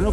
no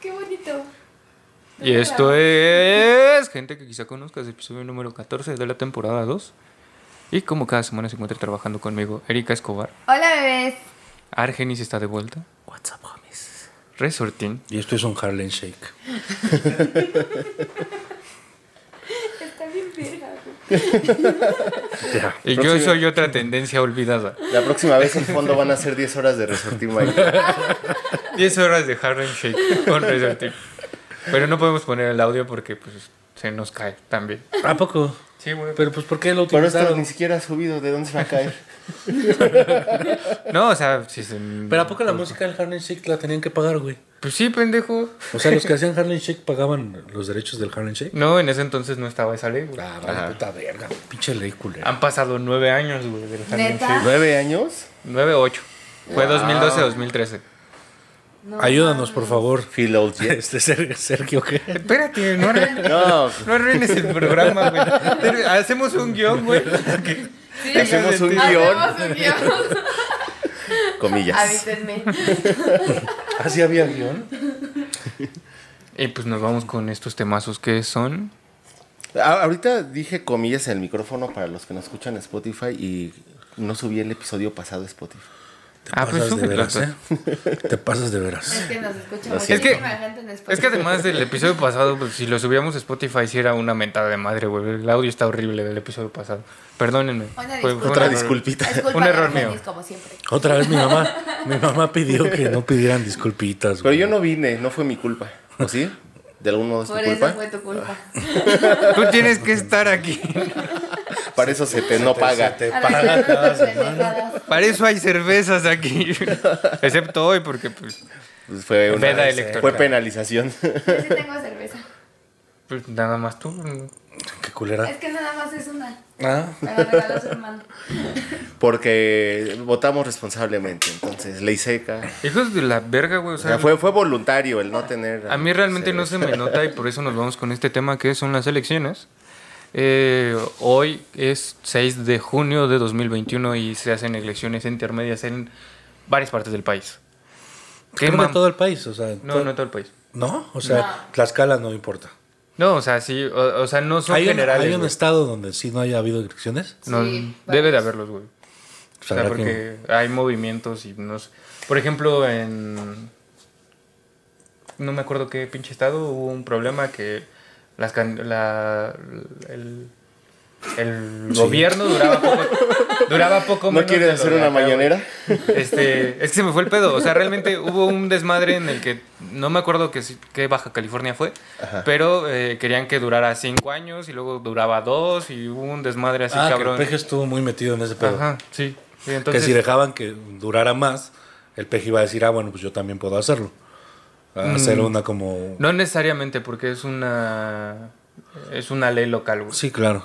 Qué bonito. Y esto es gente que quizá conozcas, episodio número 14 de la temporada 2. Y como cada semana se encuentra trabajando conmigo Erika Escobar, Hola, bebés. Argenis está de vuelta, What's up, homies? Resortín, Y esto es un Harlem Shake. Está bien verga. güey. Ya. y yo soy otra tendencia olvidada. La próxima vez en fondo van a ser 10 horas de resortín bailando. 10 horas de Harlem Shake con Resortín. Pero no podemos poner el audio porque pues, se nos cae también. ¿A poco? Sí, güey. Pero pues ¿por qué lo Pero esto utilizaron? ni siquiera ha subido, ¿de dónde se va a caer? No, o sea, si se... Pero ¿a poco la música del Harlem Shake la tenían que pagar, güey? Pues sí, pendejo. O sea, los que hacían Harlem Shake pagaban los derechos del Harlem Shake. No, en ese entonces no estaba esa ley, güey. Ah, vale, puta verga. Pinche ley, culera. Han pasado nueve años, güey, del Harlem ¿Neta? Shake. ¿Nueve años? 9-8. Fue 2012-2013. Ayúdanos, por favor. Phil Oldjet. Este Ser- Sergio, ¿qué? Espérate, no arruines, No, pues, no arruines el programa, güey. Hacemos un guión, güey. que- que hacemos un sentido. guión, Hacemos un guión. comillas. Avísenme. ¿Así había guión? Y pues nos vamos con estos temazos que son. A- ahorita dije comillas en el micrófono para los que no escuchan en Spotify y no subí el episodio pasado a Spotify. Te Ah, pues, pasas de súbelo, veras, ¿eh? Te pasas de veras. Es que nos escucha Lo muchísima siento. gente en Spotify. Es que además del episodio pasado, pues, si lo subíamos a Spotify, sí era una mentada de madre, güey. El audio está horrible del episodio pasado. Perdónenme. Una Fue- fue disculpa. un Otra error. disculpita. Es culpa Un de error Argenis, mío. como siempre. Otra vez mi mamá, mi mamá pidió que no pidieran disculpitas, Pero güey. yo no vine, no fue mi culpa. ¿O sí? ¿De algún modo es Por tu eso culpa? fue tu culpa. Ah. Tú tienes que estar aquí. Para eso se te no paga. Te- Arreglando tus pendejadas. Para eso hay cervezas aquí. Excepto hoy, porque pues, Pues fue, una- Veda electoral. fue penalización. Yo sí tengo cerveza. pues, nada más tú. Qué culera. Es que nada más es una. Ah, Me la regaló su hermano. Porque votamos responsablemente. Entonces, ley seca. Hijos de la verga, güey. O O sea, sea, fue, fue voluntario el no tener. A mí realmente no se me nota y por eso nos vamos con este tema que son las elecciones. Eh, hoy es 6 de junio de 2021 y se hacen elecciones intermedias en varias partes del país. ¿Qué creo que mam- en todo el país, o sea. en No, todo- no en todo el país. ¿No? o sea, No. Tlaxcala no importa. No, o sea, sí, o, o sea, no son ¿Hay un, generales. hay un güey. estado donde sí no haya habido elecciones? No, Sí, debe de varios. haberlos, güey. O O sea, sea, que- porque hay movimientos y nos... Por ejemplo, en... No me acuerdo qué pinche estado hubo un problema que las can- la, el, el gobierno duraba poco, duraba poco ¿No menos de quieres lo hacer de una acá, mañanera? este, es que se me fue el pedo. O sea, realmente hubo un desmadre en el que no me acuerdo que, sí- que Baja California fue, pero eh, querían que durara cinco años y luego duraba dos y hubo un desmadre así ah, cabrón. que el peje estuvo muy metido en ese pedo. Ajá, sí. Sí, que entonces, si dejaban que durara más, el peje iba a decir, ah, bueno, pues yo también puedo hacerlo. A Hacer una como... Mm. No necesariamente, porque es una es una ley local, güey. Sí, claro.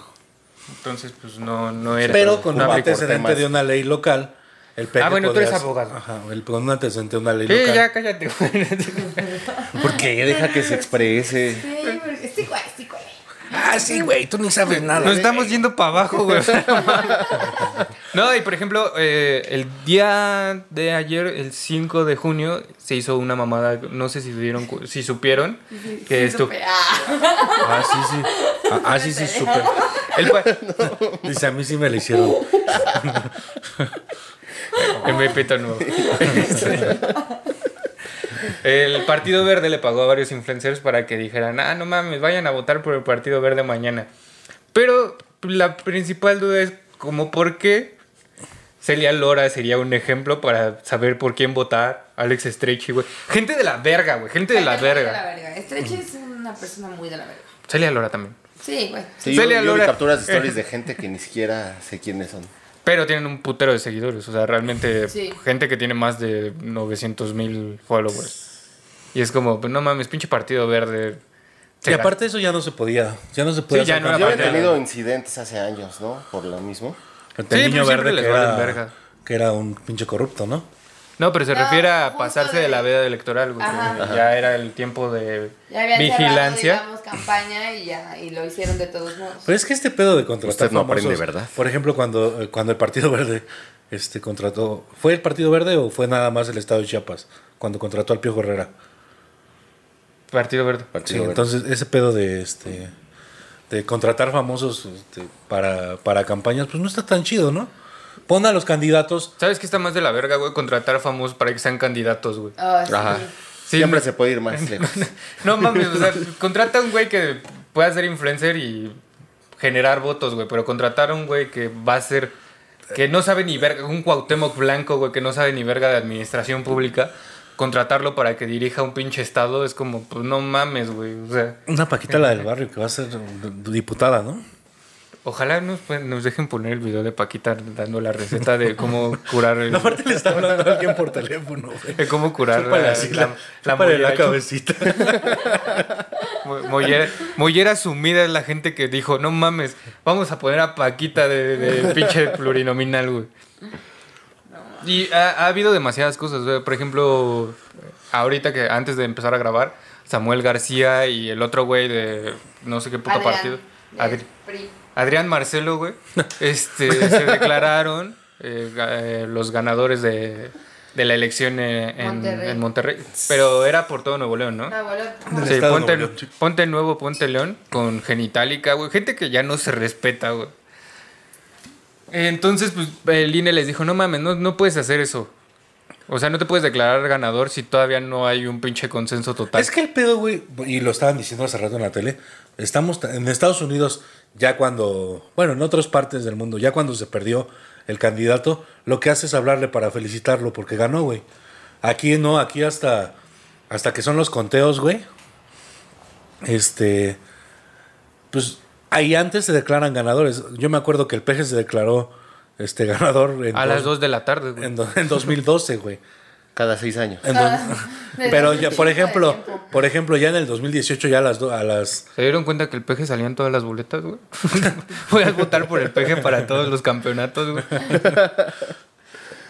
Entonces, pues no, no era. Pero con un no aplicó. antecedente temas. de una ley local, el peje Ah, bueno, tú eres podías- abogado. Ajá, el- con un antecedente de una ley Sí, local. ya cállate, güey. ¿Por qué? Deja que se exprese. Sí, porque- sí, güey, sí, güey. Ah, sí, güey, tú ni sabes nada. Nos estamos yendo para abajo, güey. No, y por ejemplo, eh, el día de ayer, el 5 de junio, se hizo una mamada, no sé si dieron cu- si supieron que esto Supe- Ah, Ah, sí, sí. Ah, ah, sí, sí, súper. el pa- Dice, a mí sí me lo hicieron. El Pepito nuevo. El Partido Verde le pagó a varios influencers para que dijeran, ah, no mames, vayan a votar por el Partido Verde mañana. Pero la principal duda es como por qué Celia Lora sería un ejemplo para saber por quién votar. Alex Stretchy, güey. Gente de la verga, güey. Gente de la gente muy De verga. la verga. Estreche es una persona muy de la verga. Celia Lora también. Sí, güey. Sí, yo, Celia yo vi Lora. capturas de stories de gente que ni siquiera sé quiénes son. Pero tienen un putero de seguidores. O sea, realmente Sí. gente que tiene más de 900 mil followers. Y es como, pues no mames, pinche partido verde. Y aparte eso ya no se podía. Ya no se podía. Sí, ya sacar. no Ya era habían tenido incidentes hace años, ¿no? Por lo mismo. Ante el Sí, niño pues siempre verde les que valen era, verga. que era un pinche corrupto, ¿no? No, pero se No, refiere a justo pasarse de- de la veda electoral, güey. Ajá. que Ya era el tiempo de Ya habían vigilancia. cerrado, digamos, campaña y ya, y lo hicieron de todos modos. Pero es que este pedo de contratar Usted no famosos, aprende, ¿verdad? Por ejemplo, cuando, eh, cuando el Partido Verde este, contrató... ¿Fue el Partido Verde o fue nada más el Estado de Chiapas? Cuando contrató al Pío Herrera. Partido Verde. Sí, Partido Verde. entonces ese pedo de este de contratar famosos este, para, para campañas, pues no está tan chido, ¿no? Pon a los candidatos. ¿Sabes qué está más de la verga, güey? Contratar famosos para que sean candidatos, güey. Ah, sí. Ajá. Sí, Siempre me- se puede ir más lejos. No mames, o sea, contrata a un güey que pueda ser influencer y generar votos, güey. Pero contratar a un güey que va a ser. que no sabe ni verga. Un Cuauhtémoc Blanco, güey, que no sabe ni verga de administración pública. Contratarlo para que dirija un pinche estado es como, pues no mames, güey. O sea, Una Paquita la del barrio que va a ser diputada, ¿no? ojalá nos, puen- nos dejen poner el video de Paquita dando la receta de cómo curar el. Aparte le está hablando a alguien por teléfono, güey. de cómo curar Chúpale la, así la- la, la chúpale la mollera. cabecita. Mo- Mollera, Mollera sumida es la gente que dijo, no mames, vamos a poner a Paquita de, de pinche plurinominal, güey. Y ha, ha habido demasiadas cosas, güey. Por ejemplo, ahorita que antes de empezar a grabar, Samuel García y el otro güey de no sé qué puto Adrián, partido. del Adri- PRI. Adrián Marcelo, güey. Este, se declararon eh, ga- eh, los ganadores de, de la elección eh, en en Monterrey. Monterrey. Pero era por todo Nuevo León, ¿no? No, abuelo, Del Sí, estado de ponte, Nuevo León, sí. ponte nuevo, ponte león con genitálica, güey. Gente que ya no se respeta, güey. Entonces, pues, el INE les dijo, no mames, no, no puedes hacer eso. O sea, no te puedes declarar ganador si todavía no hay un pinche consenso total. Es que el pedo, güey, y lo estaban diciendo hace rato en la tele, estamos ta- en Estados Unidos ya cuando, bueno, en otras partes del mundo, ya cuando se perdió el candidato, lo que hace es hablarle para felicitarlo porque ganó, güey. Aquí no, aquí hasta hasta que son los conteos, güey. Este pues ahí antes se declaran ganadores. Yo me acuerdo que el peje se declaró este ganador en a las dos- 2 de la tarde, güey. en do- en 2012, güey. Cada seis años. En Ah, donde- pero desde ya, por hace un chingo de ejemplo, tiempo. por ejemplo, ya en el 2018 ya a las do- a las ¿Se dieron cuenta que el peje salían todas las boletas, güey? Puedes votar por el peje para todos los campeonatos, güey.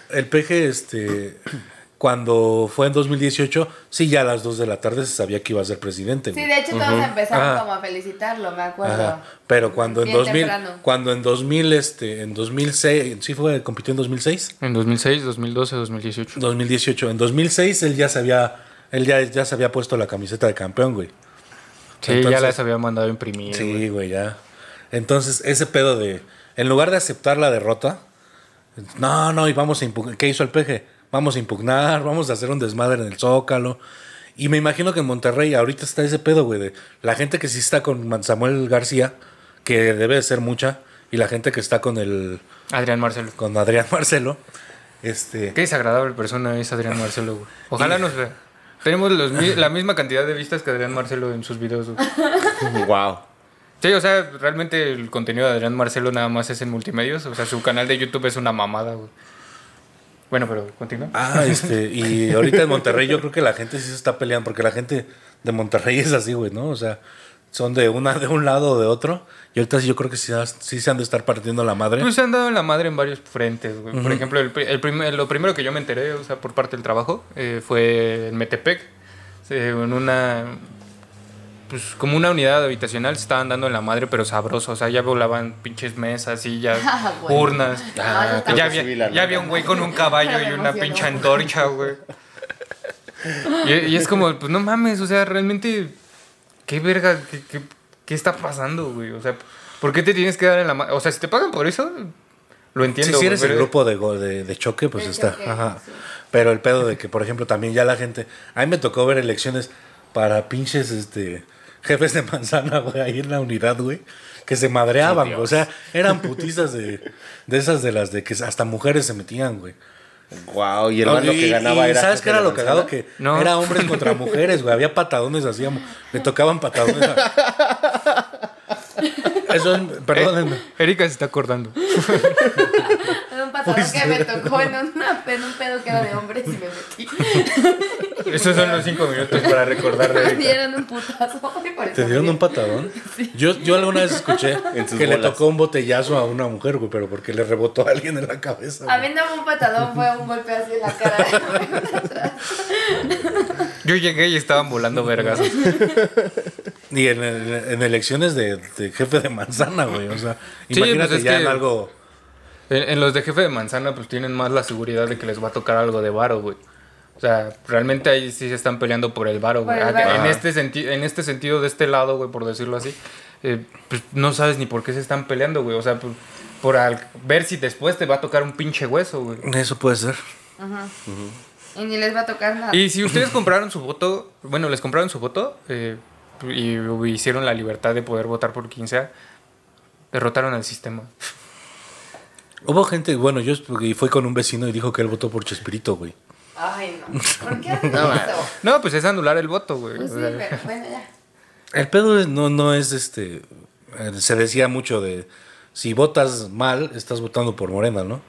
el PG este cuando fue en 2018, sí ya a las 2 de la tarde se sabía que iba a ser presidente, Sí, güey. de hecho todos empezaron Ajá. como a felicitarlo, me acuerdo. Ajá. Pero cuando en Bien 2000, temprano. cuando en 2000 este en 2006, sí fue compitió en 2006, En 2006, 2012, 2018. 2018, en 2006 él ya se había él ya, ya se había puesto la camiseta de campeón, güey. Sí, ya Entonces- las había mandado a imprimir. güey. Sí, güey, ya. Entonces, ese pedo de. En lugar de aceptar la derrota, no, no, y vamos a impugnar. ¿Qué hizo el peje? Vamos a impugnar, vamos a hacer un desmadre en el Zócalo. Y me imagino que en Monterrey ahorita está ese pedo, güey, de la gente que sí está con Man- Samuel García, que debe de ser mucha, y la gente que está con el. Adrián Marcelo. con Adrián Marcelo. Este. Qué desagradable persona es Adrián Marcelo, güey. Ojalá nos vea. Tenemos los mi- la misma cantidad de vistas que Adrián Marcelo en sus videos, güey. wow. Sí, o sea, realmente el contenido de Adrián Marcelo nada más es en multimedios. O sea, su canal de YouTube es una mamada, güey. Bueno, pero continúa. Ah, este, y ahorita en Monterrey yo creo que la gente sí se está peleando, porque la gente de Monterrey es así, güey, ¿no? O sea, son de una de un lado o de otro, y ahorita sí yo creo que sí, has- sí se han de estar partiendo la madre. Pues se han dado en la madre en varios frentes, güey. Por ejemplo, el, pri- el primer- lo primero que yo me enteré, o sea, por parte del trabajo, eh, fue en Metepec. Se- en una. Pues como una unidad habitacional se estaban dando en la madre, pero sabroso. O sea, ya volaban pinches mesas, sillas, Ah, bueno. urnas. Ah, eso está ya, bien. Sí, había, la ya había un güey con un caballo y Me una emocionó. pinche antorcha, güey. Y, y es como, pues no mames, o sea, realmente. ¿Qué verga? ¿Qué, qué, qué está pasando, güey? O sea, ¿por qué te tienes que dar en la mano? O sea, si te pagan por eso, lo entiendo. Sí, si güey, eres el pero- grupo de, go- de, de choque, pues De está. choque, Ajá. sí. Pero el pedo de que, por ejemplo, también ya la gente. A mí me tocó ver elecciones para pinches este, jefes de manzana, güey, ahí en la unidad, güey, que se madreaban, güey. O sea, eran putizas de, de esas de las de que hasta mujeres se metían, güey. Wow, y el No, man lo y- que ganaba y era. ¿Sabes qué era lo cagado? Que No. era hombres contra mujeres, güey. Había patadones, hacíamos. Le tocaban patadones. a- Eso es. Perdónenme. eh, Erika se está acordando. Era un patadón que me tocó en, una- en un pedo que era de hombres y me metí. Esos son los cinco minutos para recordarle. Me ahorita. dieron un putazo. güey, por ¿Te eso dieron me- un patadón? Yo, yo alguna vez escuché En sus que le bolas. tocó un botellazo a una mujer, güey, pero porque le rebotó a alguien en la cabeza. A Ah. güey. mí no un patadón, fue un golpe así en la cara. Yo llegué y estaban volando vergas. Y en, en- en elecciones de, de jefe de manzana, güey. O sea, Sí, imagínate pues es ya que- en algo. En, en los de jefe de manzana, pues tienen más la seguridad de que les va a tocar algo de varo, güey. O sea, realmente ahí sí se están peleando por el varo, Por güey. el Ah, varo. En Ajá. este, senti- en este sentido, de este lado, güey, por decirlo así, eh, pues no sabes ni por qué se están peleando, güey. O sea, por, por al- ver si después te va a tocar un pinche hueso, güey. Eso puede ser. y ni les va a tocar nada. Y si ustedes compraron su voto, bueno, les compraron su voto eh, y hicieron la libertad de poder votar por 15 derrotaron al sistema. Hubo gente, bueno, yo y fue con un vecino y dijo que él votó por Chespirito, güey. Ay, no. ¿Por qué hacen No, eso? No, pues es anular el voto, güey. Pues O sí, sea, pero bueno, ya. El pedo es- no, no es este. eh, Se decía mucho de si votas mal, estás votando por Morena, ¿no?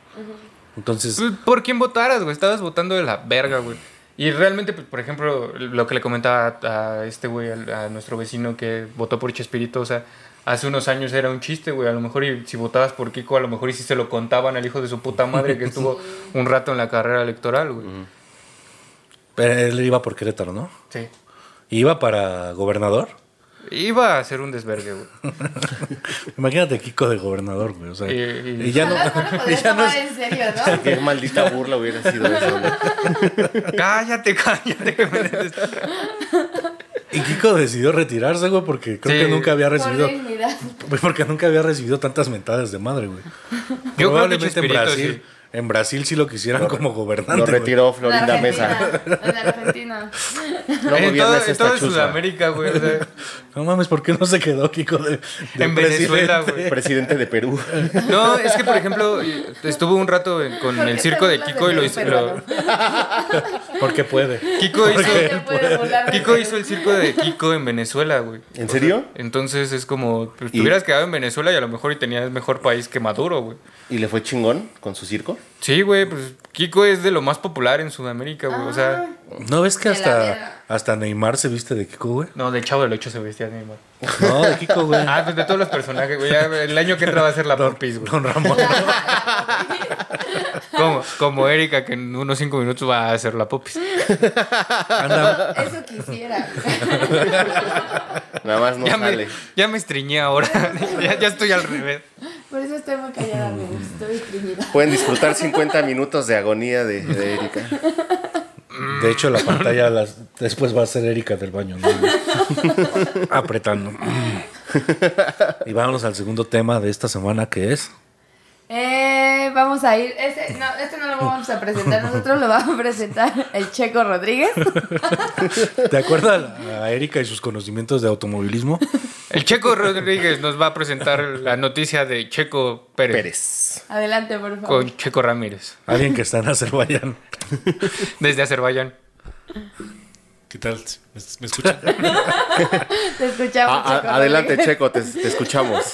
Entonces, Pues, ¿Por quién votaras, güey? Estabas votando de la verga, güey. Y realmente, pues, por ejemplo, lo que le comentaba a, a este güey, al- a, nuestro vecino que votó por Chespirito, o sea, hace unos años era un chiste, güey. A lo mejor y si votabas por Kiko, a lo mejor y si se lo contaban al hijo de su puta madre que estuvo un rato en la carrera electoral, güey. pero eh, él iba por Querétaro, ¿no? Sí. Iba para gobernador. Iba a ser un desvergue, güey. Imagínate Kiko de gobernador, güey. O sea, Y- y- y ya no. Ojalá no lo y podrías ya no tomar es- en serio, ¿no? Qué maldita burla hubiera sido eso. güey. cállate, cállate. que me des- Y Kiko decidió retirarse, güey, porque creo Sí. que nunca había recibido. Por dignidad. Pues porque nunca había recibido tantas mentadas de madre, güey. que Probablemente en Chespirito, Brasil. En Brasil sí lo quisieran como gobernante. Lo güey. retiró En Florinda Mesa. Argentina. En Argentina. No en gobierna todo, esta en todo chuza. Sudamérica, güey. o sea, No mames, ¿por qué no se quedó Kiko de, de en Venezuela, presidente? güey. Presidente de Perú. No, es que por ejemplo, estuvo un rato en- con ¿Por el qué circo te de burlas Kiko y de lo mí, hizo. peruano? lo- Porque puede. Kiko Se hizo. puede burlar de Kiko mí. hizo el circo de Kiko en Venezuela, güey. ¿En serio? Entonces es como, pues, te Y- hubieras quedado en Venezuela y a lo mejor y tenías mejor país que Maduro, güey. ¿Y le fue chingón con su circo? Sí, güey, pues Kiko es de lo más popular en Sudamérica, güey. O Ah. sea, ¿No ves que De la hasta, verga. hasta Neymar se viste de Kiko, güey? no, de Chavo del Ocho se vestía de animal. No, de Kiko, güey. Ah, pues de todos los personajes, güey. Ya, El año que entra va a ser la Popis, güey. Don Ramón. Como, como Erika, que en unos cinco minutos va a ser la Popis. Anda, Eso quisiera. Nada más no Ya sale. me, ya me estriñé ahora. ya, ya estoy al revés. Por eso estoy muy callada, amigos. Estoy deprimida. Pueden disfrutar 50 minutos de agonía de, de Erika. de hecho, la pantalla las- después va a ser Erika del baño, ¿no? Apretando. Y vámonos al segundo tema de esta semana, que es... Eh, vamos a ir. Este no, este no lo vamos a presentar. Nosotros lo vamos a presentar el Checo Rodríguez. ¿Te acuerdas a Erika y sus conocimientos de automovilismo? El Checo Rodríguez nos va a presentar la noticia de Checo Pérez, Pérez. Adelante, por favor. con Checo Ramírez Alguien que está en Azerbaiyán. desde Azerbaiyán. ¿Qué tal? ¿Me, me escuchan? Te escuchamos. A- a- Checo Ah, adelante, Rodríguez. Checo, te, te escuchamos.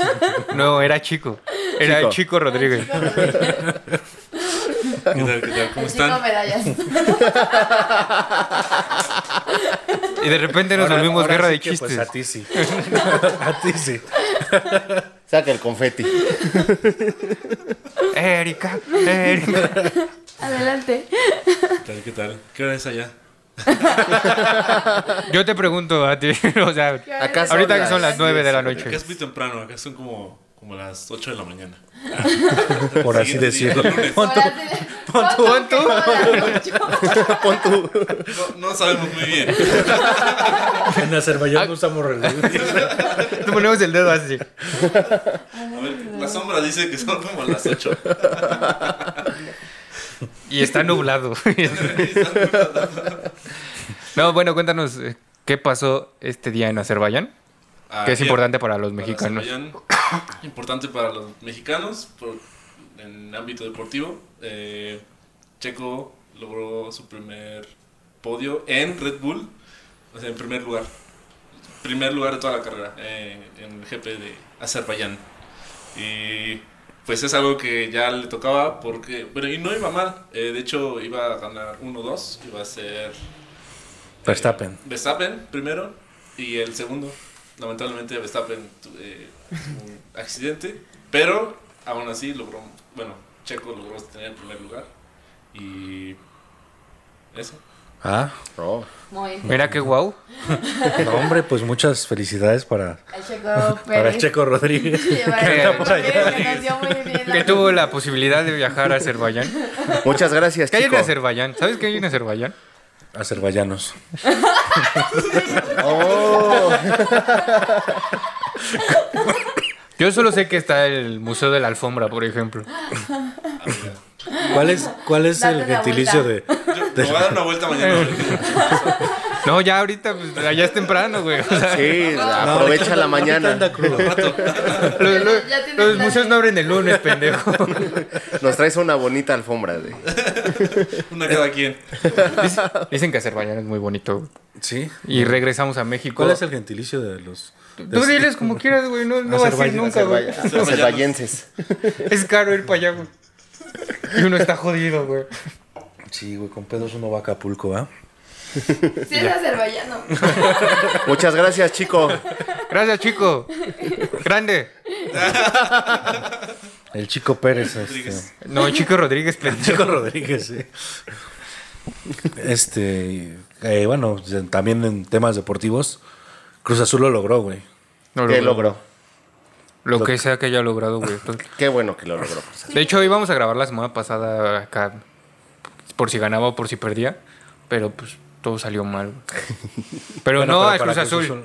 No, era Chico. Era Chico. Chico, Rodríguez. Chico Rodríguez. ¿Qué tal? ¿Qué tal? ¿Cómo El Chico están? medallas. Y de repente nos Ahora- volvimos ahora guerra sí de que, chistes. Pues a ti sí. a ti sí. Saca el confeti. Erika, Erika. Adelante. ¿Qué tal? ¿Qué tal? ¿Qué hora es allá? Yo te pregunto a ti, o sea, Acá son ahorita que las- son las 9 de la Acá noche. es muy temprano, acá son como, como las 8 de la mañana. Por así Siguiente decirlo. día, lunes. Pon tu- pon tu- Pon tu- Pon tu- No, no sabemos muy bien. En Azerbaiyán Ah. no usamos reloj. Te ponemos el dedo así. A ver, la sombra dice que son como las 8. Y está nublado. No, bueno, cuéntanos eh, qué pasó este día en Azerbaiyán, que es importante para los mexicanos. importante para los mexicanos por- en ámbito deportivo. Eh, Checo logró su primer podio en Red Bull, o sea, en primer lugar. Primer lugar de toda la carrera eh, en el GP de Azerbaiyán. Y pues es algo que ya le tocaba porque, bueno, y no iba mal. eh, de hecho, iba a ganar 1-2, iba a ser Verstappen. Verstappen primero y el segundo. Lamentablemente Verstappen tu- eh, tuvo un accidente, pero aún así logró, bueno, Checo logró tener el primer lugar y eso. Ah, Oh, Muy. Mira qué guau. no, hombre, pues muchas felicidades para, El Checo para Pérez. Checo Rodríguez. Llevar Que- el Checo por allá. Pérez, que nos dio muy bien la- Que tuvo la posibilidad de viajar a Azerbaiyán. Muchas gracias, Que hay en chico. Azerbaiyán. ¿Sabes qué hay en Azerbaiyán? Azerbaiyanos. Oh, Yo solo sé que está el Museo de la Alfombra, por ejemplo. ¿Cuál es, cuál es Date el la gentilicio de, Yo, me voy a dar una vuelta mañana. No, ya ahorita, pues, allá es temprano, güey. O sea, sí, No, aprovecha ahorita anda- la ahorita mañana. anda crudo. los, los- Ya tiene los plan museos de- no abren el lunes, pendejo. Nos traes una bonita alfombra. güey. Una cada quien. Dicen que Azerbaiyán es muy bonito. Sí. Y regresamos a México. ¿Cuál es el gentilicio de los. Tú diles como quieras, güey. No, no vas a ir Azerbaiyán, nunca, güey. Azerbaiyenses. Es caro ir para allá, güey. Y uno está jodido, güey. Sí, güey, con pedos uno va a Acapulco, ¿ah? Sí, es azerbaiyano. Muchas gracias, chico. Gracias, chico. Grande. El Chico Pérez. Rodríguez. Este, No, Chico Rodríguez, Chico pendejo. Rodríguez, sí. Este. eh, bueno, también en temas deportivos, Cruz Azul lo logró, güey. No ¿Qué logró. logró? Lo que sea que haya logrado, güey. Pues, Qué bueno que lo logró. De hecho, íbamos a grabar la semana pasada acá. Por si ganaba o por si perdía. Pero pues todo salió mal. güey. Pero Bueno, no pero a para Cruz Azul.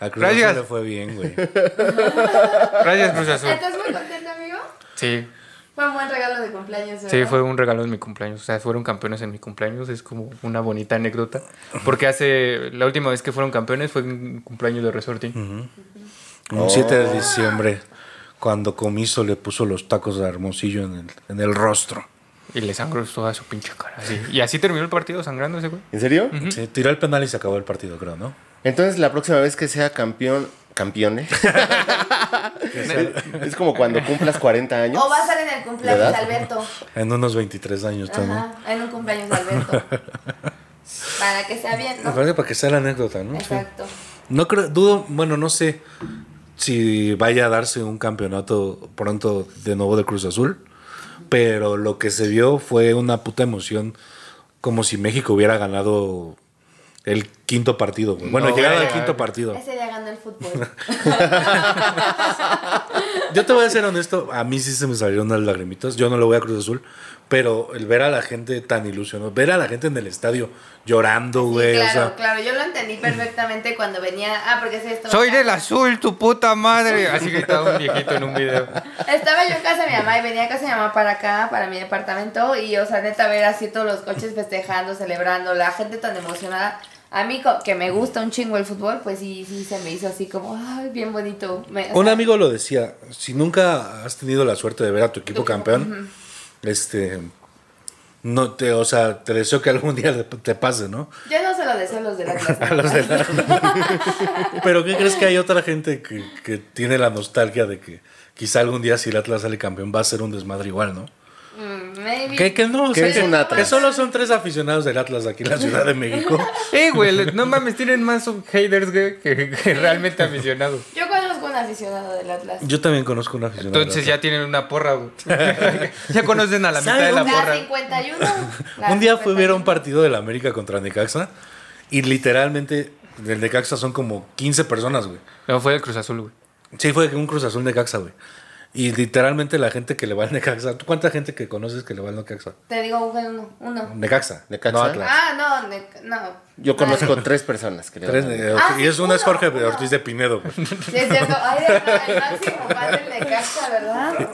A Cruz Gracias. Azul le fue bien, güey. Gracias, Cruz Azul. ¿Estás muy contento, amigo? Sí, Fue un buen regalo de cumpleaños. ¿verdad? sí, fue un regalo en mi cumpleaños. O sea, fueron campeones en mi cumpleaños. Es como una bonita anécdota. Porque hace. La última vez que fueron campeones fue en un cumpleaños de Resorting. Un 7 Oh. de diciembre, cuando Comiso le puso los tacos de Hermosillo en el, en el rostro. Y le sangró toda su pinche cara. así. Y así terminó el partido sangrando ese güey. ¿En serio? Sí, tiró el penal y se acabó el partido, creo, ¿no? Entonces, la próxima vez que sea campeón, campeones. es como cuando cumplas 40 años. O Oh, va a ser en el cumpleaños de ¿Verdad? Alberto. En unos 23 años también. Ajá, en un cumpleaños de Alberto. Para que sea bien, Me ¿no? parece para que sea la anécdota, ¿no? Sí. Exacto. No creo, dudo, bueno, no sé si vaya a darse un campeonato pronto de nuevo de Cruz Azul, pero lo que se vio fue una puta emoción, como si México hubiera ganado el quinto partido. güey. Bueno, No, llegado al güey. quinto partido. Ese día ganó el fútbol. Yo te voy a ser honesto, a mí sí se me salieron las lagrimitas, yo no lo voy a Cruz Azul, pero el ver a la gente tan ilusionada, ver a la gente en el estadio llorando, güey, claro, o sea, claro, yo lo entendí perfectamente cuando venía. Ah, porque sí, estaba. Soy del azul, tu puta madre. Así gritaba un viejito en un video. Estaba yo en casa de mi mamá y venía a casa de mi mamá para acá, para mi departamento. Y, o sea, neta, ver así todos los coches festejando, celebrando, la gente tan emocionada. A mí, co- que me gusta un chingo el fútbol, pues sí, sí, se me hizo así como, ay, bien bonito. Me- o Un sea, amigo lo decía, si nunca has tenido la suerte de ver a tu equipo Tu equipo, campeón, este no te, o sea, te deseo que algún día te- te pase, ¿no? Yo no se lo deseo a los de la clase. A los de la- Pero ¿qué crees que hay otra gente que, que tiene la nostalgia de que quizá algún día si el Atlas sale campeón va a ser un desmadre igual, ¿no? Mm, maybe. Que, que no, o Que sea, es un Atlas. que solo son tres aficionados del Atlas aquí en la Ciudad de México. Eh, güey, no mames, tienen más haters, güey, que, que realmente aficionados. Yo conozco un aficionado del Atlas. Yo también conozco un aficionado. del Entonces Atlas. ya tienen una porra, güey. ya conocen a la mitad de ¿Saben la un- La porra. 51. la un día fue 51. ver a un partido del América contra Necaxa y literalmente del Necaxa son como 15 personas, güey. No, fue el Cruz Azul, güey. Sí, fue un Cruz Azul Necaxa, güey. Y literalmente la gente que le va al Necaxa, ¿tú cuánta gente que conoces que le va al Necaxa? Te digo uno, uno. Necaxa. Necaxa. No Atlas. Ah, no, ne- no. Yo conozco tres personas, creo. Tres, eh, Ah, y es sí, una es uno, Jorge uno. Ortiz de Pinedo, güey. Sí, es cierto. Ay, el, el máximo padre de casa, ¿verdad?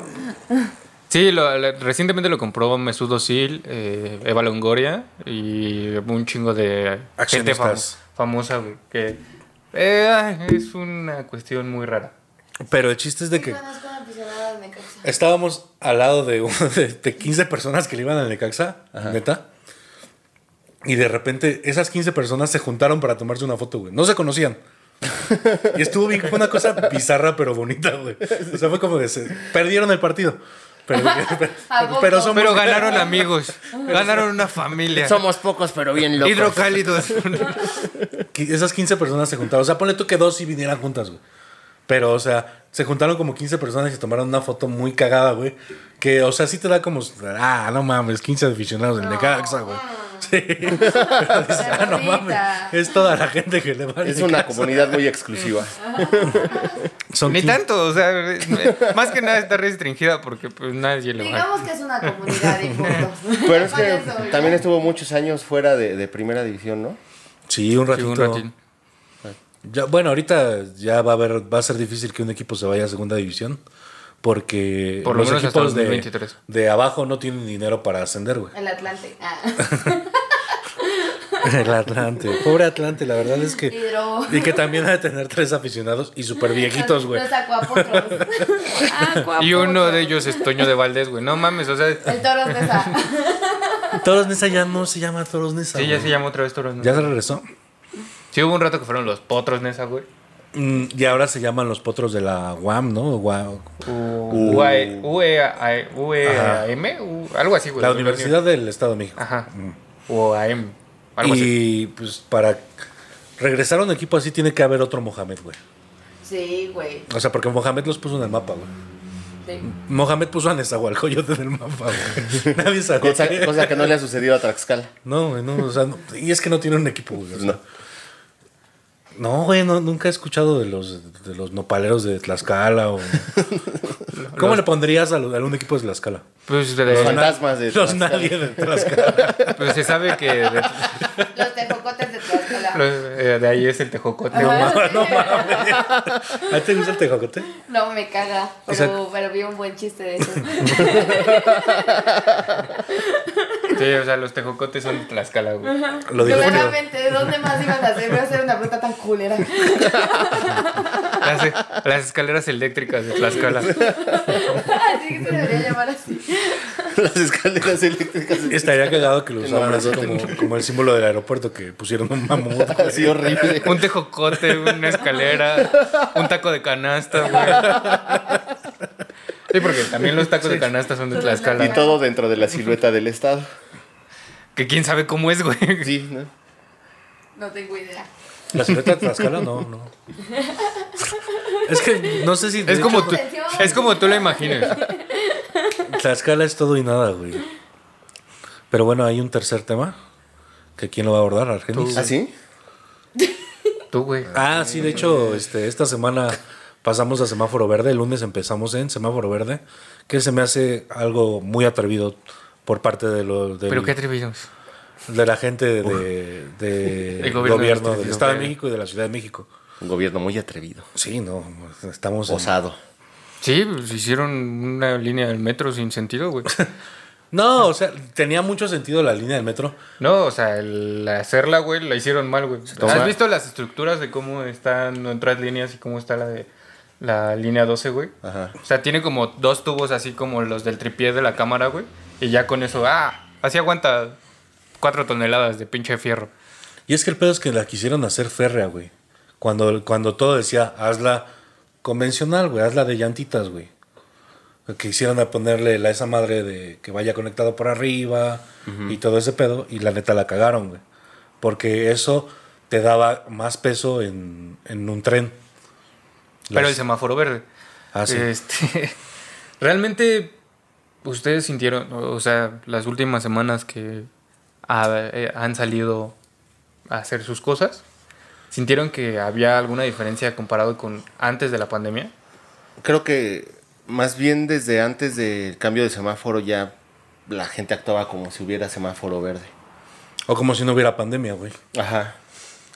Sí, lo- lo- recientemente lo compró Mesut Özil, eh, Eva Longoria y un chingo de gente famo- Accionistas. famosa, güey, que eh, es una cuestión muy rara. Pero el chiste es de Sí, que conozco un aficionado de casa. estábamos al lado de, un- de, de 15 personas que le iban al Necaxa, neta. Y de repente esas 15 personas se juntaron para tomarse una foto, güey. No se conocían. y estuvo bien, fue una cosa bizarra pero bonita, güey. O sea, fue como que se perdieron el partido. Pero, ¿A poco? pero somos- Pero ganaron amigos, ganaron una familia. Somos pocos, pero bien locos. Hidrocálidos. qui- esas 15 personas se juntaron. O sea, ponle tú que dos sí vinieran juntas, güey. Pero, o sea, se juntaron como 15 personas y tomaron una foto muy cagada, güey. Que, o sea, sí te da como. Ah, no mames, 15 aficionados del Necaxa, güey. Sí. Pero dices, ah, no mames. Es toda la gente que le va al Es una Necaxa. comunidad muy exclusiva. Son Ni 15. tanto, o sea, más que nada está restringida porque pues nadie le va. Digamos que es una comunidad y punto. Pero es que Vale, soy. también estuvo muchos años fuera de, de primera división, ¿no? Sí, un Sí, ratito. un ratín. Ya, bueno, ahorita ya va a haber, va a ser difícil que un equipo se vaya a segunda división. Porque Por lo los menos hasta equipos de, 2023. de abajo no tienen dinero para ascender, güey. El Atlante. Ah. El Atlante. Pobre Atlante, la verdad es que. Hidro. Y que también ha de tener tres aficionados y súper viejitos, güey. Los acuapotros. Y uno de ellos es Toño de Valdés, güey. No mames, o sea, El toro pesa. Toros Nesa ya no se llama Toros Nesa. sí, ya güey. se llama otra vez Toros Ya Nesa. se regresó. Sí, hubo un rato que fueron los potros Nesa, güey. Mm, Y ahora se llaman los potros de la UAM, ¿no? Gua- Uh. UAE, UEAM, E U- algo así, güey. La Universidad del Estado de México. Ajá. UAM, algo así. Y pues para regresar a un equipo así tiene que haber otro Mohamed, güey. Sí, güey. O sea, porque Mohamed los puso en el mapa, güey. Sí. Mohamed puso a Nezahualcóyotl en el mapa, güey. Nadie sabía. Cosa, que- cosa que no le ha sucedido a Tlaxcala. No, güey, no, o sea, no- y es que no tiene un equipo, güey. o sea. No. No, güey, no- nunca he escuchado de los, de los nopaleros de Tlaxcala o... ¿Cómo le pondrías a, lo- a algún equipo de Tlaxcala? Pues, Los de- fantasmas de Los Tlaxcala. nadie de Tlaxcala. pues se sabe que de, Los tejocotes de Tlaxcala. los- eh, de ahí es el tejocote. güey. Ajá. No mames. ¿A ti te gusta el tejocote? No, me caga. Pero, sea- pero vi un buen chiste de eso. Sí, o sea, los tejocotes son de Tlaxcala, güey. Lo dijo Leo. Claramente, ¿de dónde más ibas a hacer? Voy a hacer una pregunta tan culera. Las, las escaleras eléctricas de Tlaxcala. Así que se debería llamar así. Las escaleras eléctricas. de- Estaría cagado que lo usaran así abrazote. como, como el símbolo del aeropuerto que pusieron un mamut. güey. Así horrible. Un tejocote, una escalera, un taco de canasta, güey. Sí, porque también los tacos de canasta son de Y Tlaxcala. todo dentro de la silueta del Estado. Que quién sabe cómo es, güey. Sí, ¿no? No tengo idea. ¿La silueta de Tlaxcala? No, no. Es que no sé si... de Es como, hecho, tú, es como tú lo imaginas. Tlaxcala es todo y nada, güey. Pero bueno, hay un tercer tema. que ¿Quién lo va a abordar? ¿Argenis? ¿Ah, sí? Tú, güey. Ah, sí, de hecho, este, esta semana pasamos a semáforo verde, el lunes empezamos en semáforo verde, que se me hace algo muy atrevido por parte de, lo, del- Pero qué atrevidos. de la gente de, de El gobierno gobierno, de del México. Estado de México y de la Ciudad de México. Un gobierno muy atrevido. Sí, no, estamos... en- Osado. Sí, pues, hicieron una línea del metro sin sentido, güey. No, o sea, tenía mucho sentido la línea del metro. No, o sea, el hacerla, güey, la hicieron mal, güey. toma- ¿Has visto las estructuras de cómo están otras líneas y cómo está la de la línea 12, güey? Ajá. O sea, tiene como dos tubos así como los del tripié de la cámara, güey. Y ya con eso, ah, así aguanta cuatro toneladas de pinche fierro. Y es que el pedo es que la quisieron hacer férrea, güey. Cuando, cuando todo decía, hazla convencional, güey, hazla de llantitas, güey. Que hicieron a ponerle la esa madre de que vaya conectado por arriba y todo ese pedo. Y la neta la cagaron, güey. Porque eso te daba más peso en, en un tren. Pero Las- el semáforo verde. Ah, sí. Este, realmente, ustedes sintieron, o o sea, las últimas semanas que ha- eh, han salido a hacer sus cosas, ¿sintieron que había alguna diferencia comparado con antes de la pandemia? Creo que más bien desde antes del cambio de semáforo ya la gente actuaba como si hubiera semáforo verde. O como si no hubiera pandemia, güey. Ajá.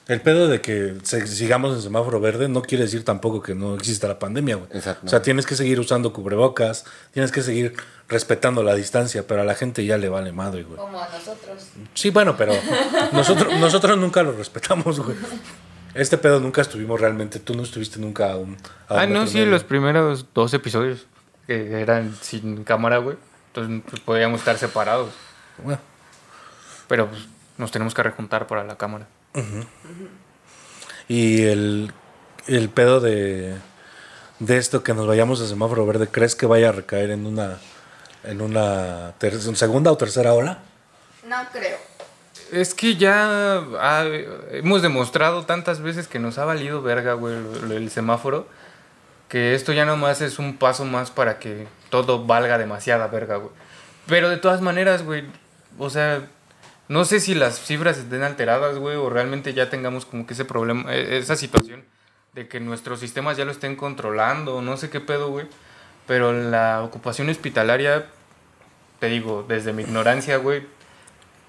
El pedo de que se- sigamos en semáforo verde no quiere decir tampoco que no exista la pandemia, güey. Exacto. O sea, tienes que seguir usando cubrebocas, tienes que seguir respetando la distancia, pero a la gente ya le vale madre, güey. Como a nosotros. Sí, bueno, pero nosotros, nosotros nunca lo respetamos, güey. Este pedo nunca estuvimos realmente, tú no estuviste nunca a un... a un Ah, no, metro sí, medio. los primeros dos episodios que eran sin cámara, güey. Entonces pues, podíamos estar separados. Bueno, Pero pues, nos tenemos que rejuntar para la cámara. y el, el pedo de, de esto que nos vayamos a semáforo verde, ¿crees que vaya a recaer en una en una ter- en segunda o tercera ola. No creo. Es que ya ah, hemos demostrado tantas veces que nos ha valido verga, güey, lo- lo- el semáforo, que esto ya nomás es un paso más para que todo valga demasiada verga, güey. Pero de todas maneras, güey, o sea, no sé si las cifras estén alteradas, güey, o realmente ya tengamos como que ese problema, eh, esa situación de que nuestros sistemas ya lo estén controlando, no sé qué pedo, güey. Pero la ocupación hospitalaria, te digo, desde mi ignorancia, güey,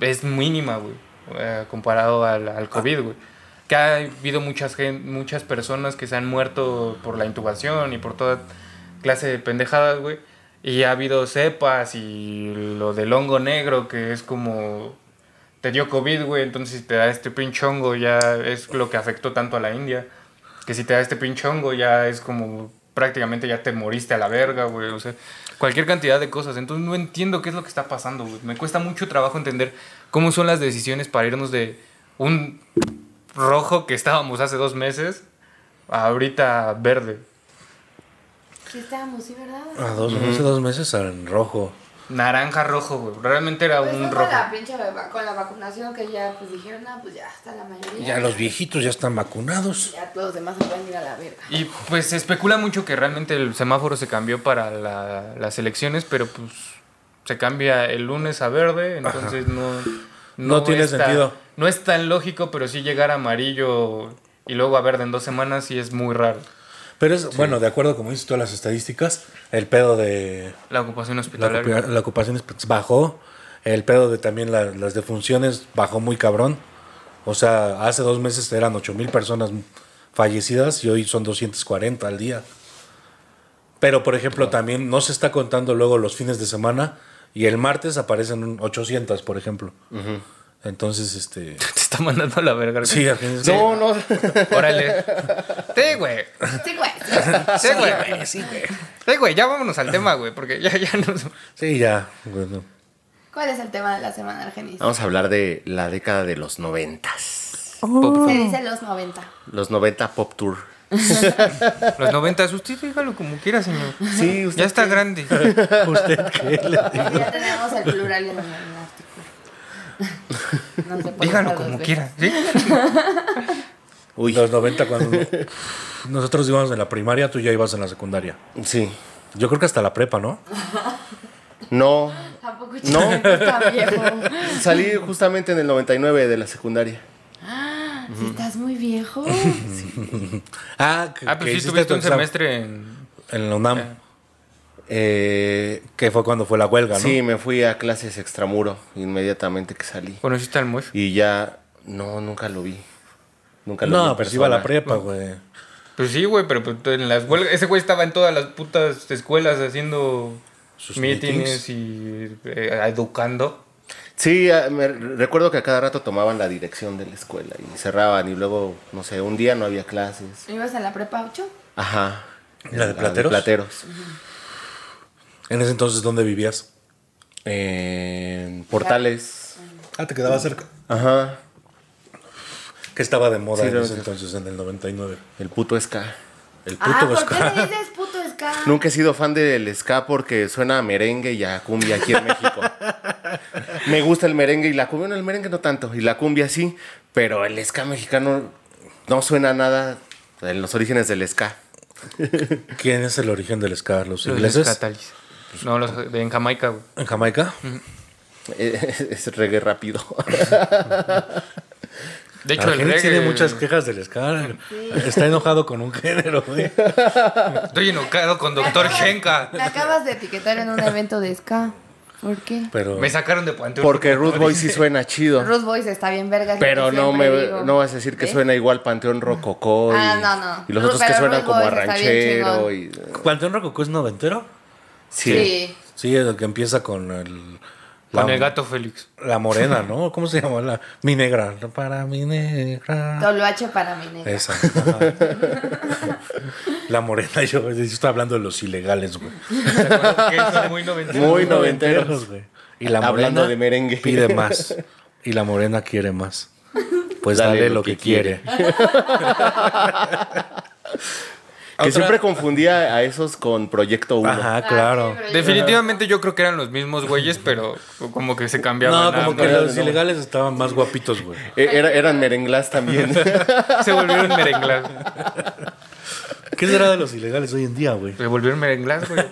es mínima, güey, eh, comparado al, al COVID, güey. Que ha habido muchas, gen- muchas personas que se han muerto por la intubación y por toda clase de pendejadas, güey. Y ha habido cepas y lo del hongo negro, que es como... Te dio COVID, güey, entonces si te da este pinche hongo ya es lo que afectó tanto a la India. Que si te da este pinche hongo ya es como prácticamente ya te moriste a la verga, güey. O sea, cualquier cantidad de cosas. Entonces no entiendo qué es lo que está pasando, güey. Me cuesta mucho trabajo entender cómo son las decisiones para irnos de un rojo que estábamos hace dos meses a ahorita verde. Sí estábamos, sí, ¿verdad? A Ah, dos, hace dos meses en rojo. Naranja rojo, güey. Realmente era Pues un no rojo. con la pinche va- con la vacunación que ya pues dijeron, no, pues ya está la mayoría. Ya los viejitos ya están vacunados. Ya todos los demás se pueden ir a la verga. Y pues se especula mucho que realmente el semáforo se cambió para la- las elecciones, pero pues se cambia el lunes a verde, entonces no, No tiene es tan- sentido. No es tan lógico, pero sí llegar a amarillo y luego a verde en dos semanas sí es muy raro. Pero es, bueno, de acuerdo como dices tú a las estadísticas, el pedo de La ocupación la, hospitalaria. ocupa- la ocupación es- pues, bajó, el pedo de también la- las defunciones bajó muy cabrón. O sea, hace dos meses eran 8 mil personas fallecidas y hoy son 240 al día. Pero, por ejemplo, también no se está contando luego los fines de semana y el martes aparecen un 800, por ejemplo. Entonces, este... Te está mandando a la verga. güey. Sí, al fin y al cabo- No, no. Órale. Sí, güey. Sí, güey. Sí, güey. Sí, güey. Ya vámonos al tema, güey, porque ya, ya nos... sí, ya. bueno. ¿Cuál es el tema de la semana, Argenis? Vamos a hablar de la década de los noventas. Se dice los 90. Los 90 Pop Tour. Los 90, usted dígalo como quiera, señor. Sí, Ya está grande. ¿Usted qué le Ya tenemos el plural en el, en el artículo. No se puede Dígalo usar dos como veces. quiera, ¿sí? Uy, Los 90 cuando nosotros íbamos en la primaria, tú ya ibas en la secundaria. sí. Yo creo que hasta la prepa, ¿no? No, Tampoco No. no. está viejo. salí justamente en el 99 de la secundaria. Sí, Estás muy viejo. Ah, que, Ah, pues que sí, hiciste tuviste tu un examen semestre Ah. en... en la UNAM, Eh, que fue cuando fue la huelga, ¿no? Sí, me fui a clases extramuro inmediatamente que salí. ¿Conociste al Mosh? Y ya, no, nunca lo vi. Nunca lo vi. No, en pues iba a la persona. prepa, güey. Pues sí, güey, pero pues, en las huelgas... Ese güey estaba en todas las putas escuelas haciendo Sus mítines y eh, educando. Sí, ah, me re- recuerdo que a cada rato tomaban la dirección de la escuela y cerraban y luego, no sé, un día no había clases. ¿Ibas en la prepa 8? Ajá. ¿La de plateros? plateros. En ese entonces, ¿dónde vivías? En portales. Ah, te quedaba cerca. Ajá. Que estaba de moda Sí, en no, ese sí. entonces, en el 99. El puto ska. El puto Ah, ¿por Vasco. qué le dices puto ska? Nunca he sido fan del ska porque suena a merengue y a cumbia aquí en México. Me gusta el merengue y la cumbia. Bueno, el merengue no tanto. Y la cumbia sí, pero el ska mexicano no suena a nada en los orígenes del ska. ¿Quién es el origen del ska? ¿Los Los ingleses? Pues, escatalis. No, los de en Jamaica, güey. ¿En Jamaica? Es, es reggae rápido. De hecho, el Argenis reggae... tiene muchas quejas del ska. Está enojado con un género, güey. Estoy enojado con Doctor Shenka. Me acabas de etiquetar en un evento de ska. ¿Por qué? Pero... Me sacaron de Panteón. Porque Ruth Boy sí suena chido. Ruth Boys está bien verga. es lo Pero que no me siempre digo. ¿Eh? no vas a decir que ¿Ves? suena igual Panteón Rococó y, Ah, no, no. y los Ru- otros que pero suenan Ruth como Boy a está bien ranchero y ¿Panteón Rococó es noventero? sí. Sí. Sí, el que empieza con el... Con la- el gato Félix. La morena, ¿no? ¿Cómo se llama? La, mi negra. Para mi negra. Toloache para mi negra. Esa. ajá. La morena, yo, yo estaba hablando de los ilegales, güey. ¿Te acuerdas que son muy noventeros? Muy noventeros. güey. Y la morena Hablando de merengue. pide más. Y la morena quiere más. Pues dale, lo que, quiere. Otra- Que siempre confundía a esos con Proyecto 1. Ajá, claro. Definitivamente yo creo que eran los mismos güeyes, pero como que se cambiaban. No, nada como que más. no, los no. ilegales estaban más guapitos, güey. E, eran merenglás también. se volvieron merenglas. ¿Qué será de los ilegales hoy en día, güey? Se volvieron merenglas, güey.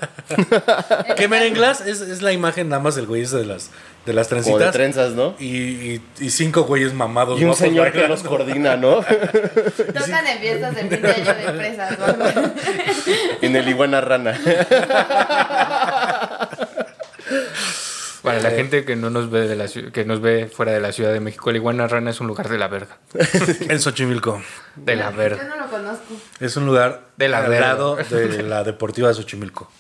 Que merenglas es, es la imagen nada más del güey ese de las, de las Como de trencitas. trenzas, ¿no? y, y- y cinco güeyes mamados. Pues Y un guapos señor que bailando. los coordina, ¿no? Tocan en fiestas de fin de año de empresas. ¿no? en el iguana rana. Para la gente que no nos ve de la ciu- que nos ve fuera de la Ciudad de México, la iguana rana es un lugar de la verga. En Xochimilco. De la Yo verga. no lo conozco. Es un lugar De la al verga. lado de la deportiva de Xochimilco.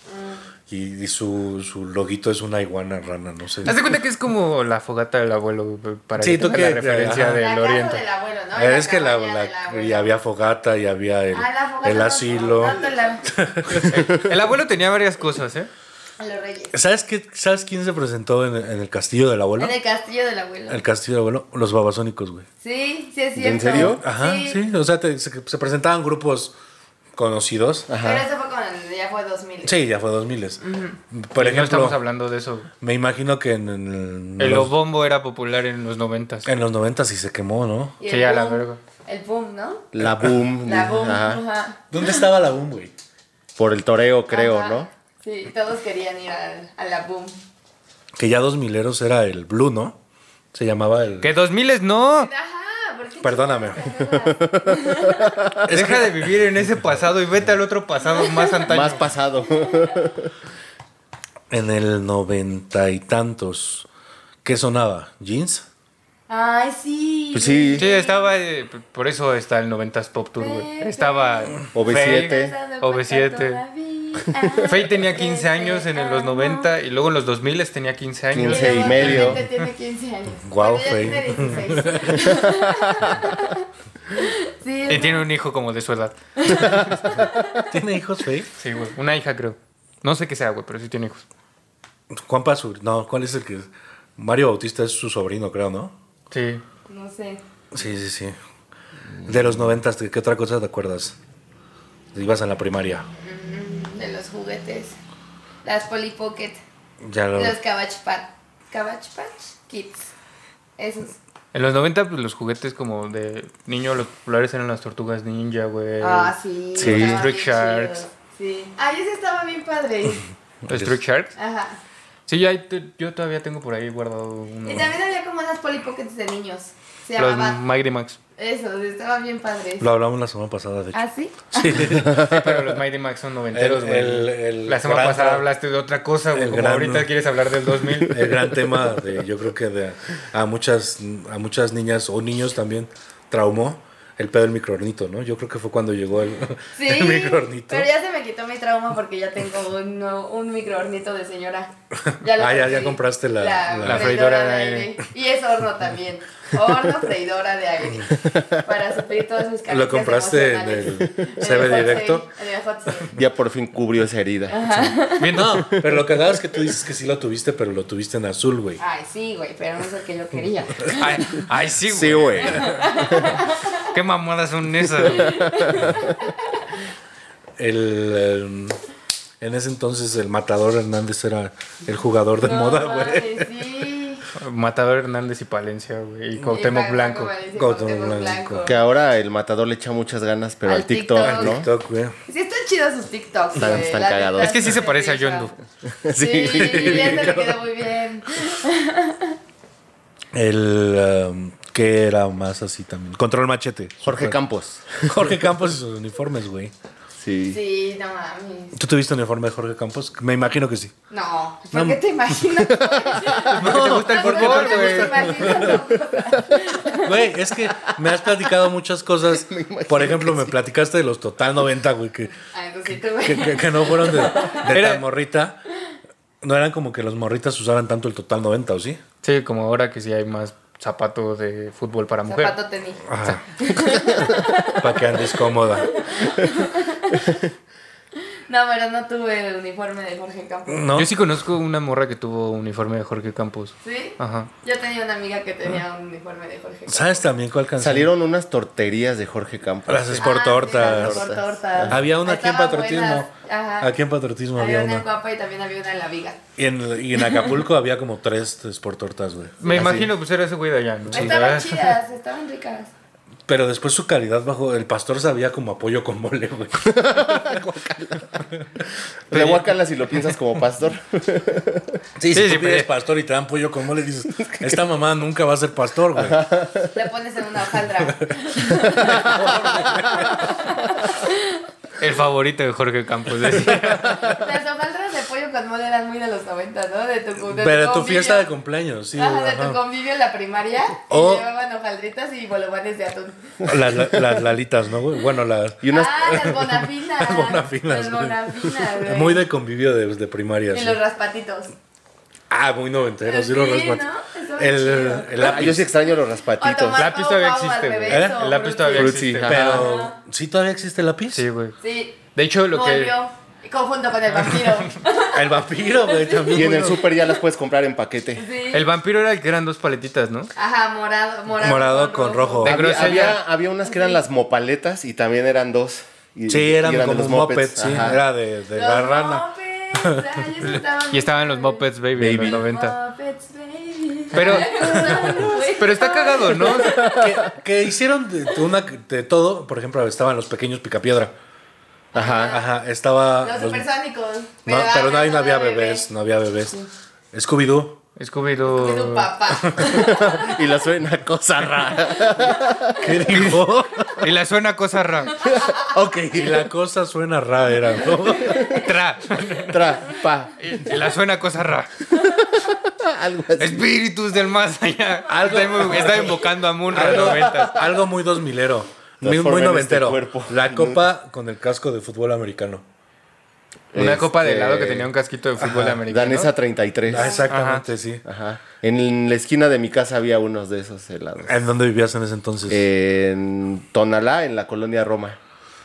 Y, y su, su loguito es una iguana rana, no sé. Haz de cuenta que es como la fogata del abuelo güey, para Sí, que tú tenga que- la referencia ajá. del La casa oriente. del abuelo, ¿no? Eh, es que la, cabaña la- del abuelo. y había fogata y había el, Ah, la fogata el no, asilo. no, no, la- El abuelo tenía varias cosas, ¿eh? a los reyes. ¿Sabes, qué, ¿Sabes quién se presentó en, en el castillo del abuelo? En el castillo del abuelo. El castillo del abuelo, los babasónicos, güey. Sí, sí es cierto. ¿En serio? Ajá, sí. O sea, te- se, se presentaban grupos conocidos. Pero eso fue cuando ya fue 2000. Sí, ya fue 2000. Por Y no ejemplo, estamos hablando de eso. me imagino que en, en El los, obombo era popular en los noventas. en los 90 sí se quemó, ¿no? Y Sí, el a la boom, verga. El boom, ¿no? La boom. La boom. Ajá. Ajá. ¿Dónde estaba la boom, güey? Por el toreo, creo, Ajá. ¿no? Sí, todos querían ir al- a la boom. Que ya dos mileros era el Blue, ¿no? Se llamaba el... Que dos miles no. Ajá, ¿por qué Perdóname. Deja de vivir en ese pasado y vete al otro pasado más antaño. Más pasado. En el noventa y tantos. ¿Qué sonaba? ¿Jeans? Ay, sí. Pues sí. Sí, estaba. eh, p- por eso está el 90s Pop Tour, güey. Pepe. Estaba. OV7. OV7. Faye tenía Este, 15 años Ah, en el- los 90 y luego en los 2000 tenía 15 años. 15 y medio. tiene 15 años. Guau, Bueno, ya Faye. tiene 16. sí, Y tiene un hijo como de su edad. ¿Tiene hijos, Faye? Sí, güey. Una hija, creo. No sé qué sea, güey, pero sí tiene hijos. Juan Pazur. No, ¿cuál es el que...? Mario Bautista es su sobrino, creo, ¿no? Sí. no sé. Sí, sí, sí. De los noventas, ¿qué qué otra cosa te acuerdas? Ibas en la primaria. De los juguetes. Las Polly Pocket. Ya lo... Los Cabbage Patch. Cabbage Patch Kids. Esos. En los 90, pues los juguetes como de niño, los populares eran las tortugas ninja, güey. Ah, sí. Sí. estaban Trick bien Eh, Sharks. chidos. Sí. Ay, ese estaba bien padre. Los Trick Sharks. Ajá. Sí, ya hay- te- yo todavía tengo por ahí guardado uno. Y también había como unas Polly Pockets de niños. Se Los llamaban. Mighty Max. Esos, estaban bien padres. Lo hablamos la semana pasada, de hecho. ¿Ah, sí? Sí, pero los Mighty Max son noventeros, El- güey. el- el La semana gran- pasada hablaste de otra cosa, güey. el Como gran- ahorita quieres hablar del 2000. el gran tema de yo creo que de, a muchas a muchas niñas o niños también traumó el pedo del microornito, ¿no? Yo creo que fue cuando llegó el, Sí. el microornito. Pero ya se me quitó mi trauma porque ya tengo un, no- un microornito de señora. Ya Ah, ya- conseguí. ya compraste la- la- La freidora de Y es horno también. Horno freidora de aire. Para suplir todas mis carencias Lo compraste en el emocionales. CB Hot directo. Sale, en el Hot Sale. Ya por fin cubrió esa herida. Bien, no. Pero lo cagado es que tú dices que sí lo tuviste, pero lo tuviste en azul, güey. Ay, sí, güey, pero no es el que yo quería. Ay, ay, sí, güey. Sí, güey. Qué mamadas son esas, güey. El, em, en ese entonces el matador Hernández era el jugador de moda, güey. mames, sí. Matador Hernández y Palencia, güey. Y Cuauhtémoc Y Blanco. Valencia, Cuauhtémoc Cuauhtémoc Blanco. Blanco. Que ahora el matador le echa muchas ganas, pero Al al, TikTok, TikTok. ¿no? TikTok, güey. Sí, están chidos sus TikToks. Están- güey, están la cagados. neta, Es que sí se me parece a risa. Yondu. Sí, ya se le quedó muy bien. El em, que era más así también. Control machete. Jorge Campos. Jorge Campos y sus uniformes, güey. Sí. Sí, no mames. ¿Tú tuviste uniforme de Jorge Campos? Me imagino que sí. No, No. ¿por qué te imaginas? Porque te gusta el fútbol, güey. Güey, es que me has platicado muchas cosas. imagino Por ejemplo, me platicaste de los Total 90, güey, que, Ah, entonces sí, tú, güey. que, que- que no fueron de, de Era- tan morrita. No eran como que los morritas usaran tanto el Total 90, ¿o sí? Sí, como ahora que sí hay más zapato de fútbol para mujer. Zapato tenis. Ajá. Para que andes cómoda. No, pero no tuve el uniforme de Jorge Campos. ¿No? Yo sí conozco una morra que tuvo uniforme de Jorge Campos. ¿Sí? Ajá. Yo tenía una amiga que tenía un uniforme de Jorge Campos. ¿Sabes también cuál canción? Salieron unas torterías de Jorge Campos. Las Ah, Sport sí, Tortas. las Sport Tortas. Había una aquí en Estaban patriotismo. buenas, Ajá. Aquí en patriotismo había había una en una. Guapa y también había una en La Viga. Y en, y en Acapulco había como tres Sport Tortas, güey. Me imagino, pues era ese güey de allá, ¿no? estaban ¿verdad? chidas, estaban ricas. Pero después su calidad bajo. El pastor sabía como apoyo con mole, güey. Le guácala si lo piensas como pastor. Sí, Sí, si sí, tú pides pero- pastor y te dan pollo con mole, dices, esta mamá nunca va a ser pastor, güey. Le pones en una hojaldra. El favorito de Jorge Campos. ¿eh? decía. Las hojaldras de pollo con mole eran muy de los 90, ¿no? De tu, de tu Pero tu convivio. fiesta de cumpleaños, sí. Ajá, de ajá. Oh. tu convivio en la primaria. O- Y llevaban hojaldritas y bolovanes de atún. Las, las- las lalitas, ¿no, güey? Bueno, las. Y unas. Ah, las bonafinas. Las bonafinas, Las güey. bonafinas, güey. Muy de convivio de, de primaria, Y sí. los raspatitos. Ah, muy noventero, sí, los Sí, raspatos. ¿no? Eso es El, chido. el Ah, lápiz. yo sí extraño los O raspatitos. tomar lápiz todavía Pau Pau al existe, güey. revés ¿Eh? o El lápiz Fruity. todavía Fruity, existe. ajá. Pero, ¿sí todavía existe el lápiz? Sí, güey. Sí. De hecho, lo que... Volvió. Y con- junto con el vampiro. El vampiro, güey, también. Y en el güey. súper ya las puedes comprar en paquete. Sí. El vampiro era el que eran dos paletitas, ¿no? Ajá, morado, morado. Morado con rojo. Ah, De Había, grosella. había, había unas que eran las mopaletas y también eran dos. Y, Sí, y eran de como los un moped, sí. Ajá. Era de, de la Los rana. Muppets, ay, esos Y estaban los bien Muppets Baby, en los Baby. 90. Muppets, baby. Pero- Ay, Pero está cagado, ¿no? Que, que hicieron de, de una, de todo. Por ejemplo, estaban los pequeños picapiedra. Ajá. Ajá, estaba. Los los- supersónicos. no, pero ahí nadie no había bebés, no había bebés. Scooby-Doo. Es un Scooby-Doo... papá. Y la suena cosa rara. ¿Qué dijo? Y la suena cosa rara. ok, y la cosa suena rara, era, ¿no? Tra. Tra, pa. Y la suena cosa rara. Algo así. Espíritus del más allá. Ah, Está, invo- está invocando a Munra Algo, 90. algo muy dos milero. Muy, Transformen muy este noventero. cuerpo. la copa con el casco de fútbol americano. Una copa de helado que Este, tenía un casquito de fútbol americano. Danesa 33. Ah, exactamente, sí. Ajá. En la esquina de mi casa había unos de esos helados. ¿En dónde vivías en ese entonces? Eh, En Tonalá, en la colonia Roma.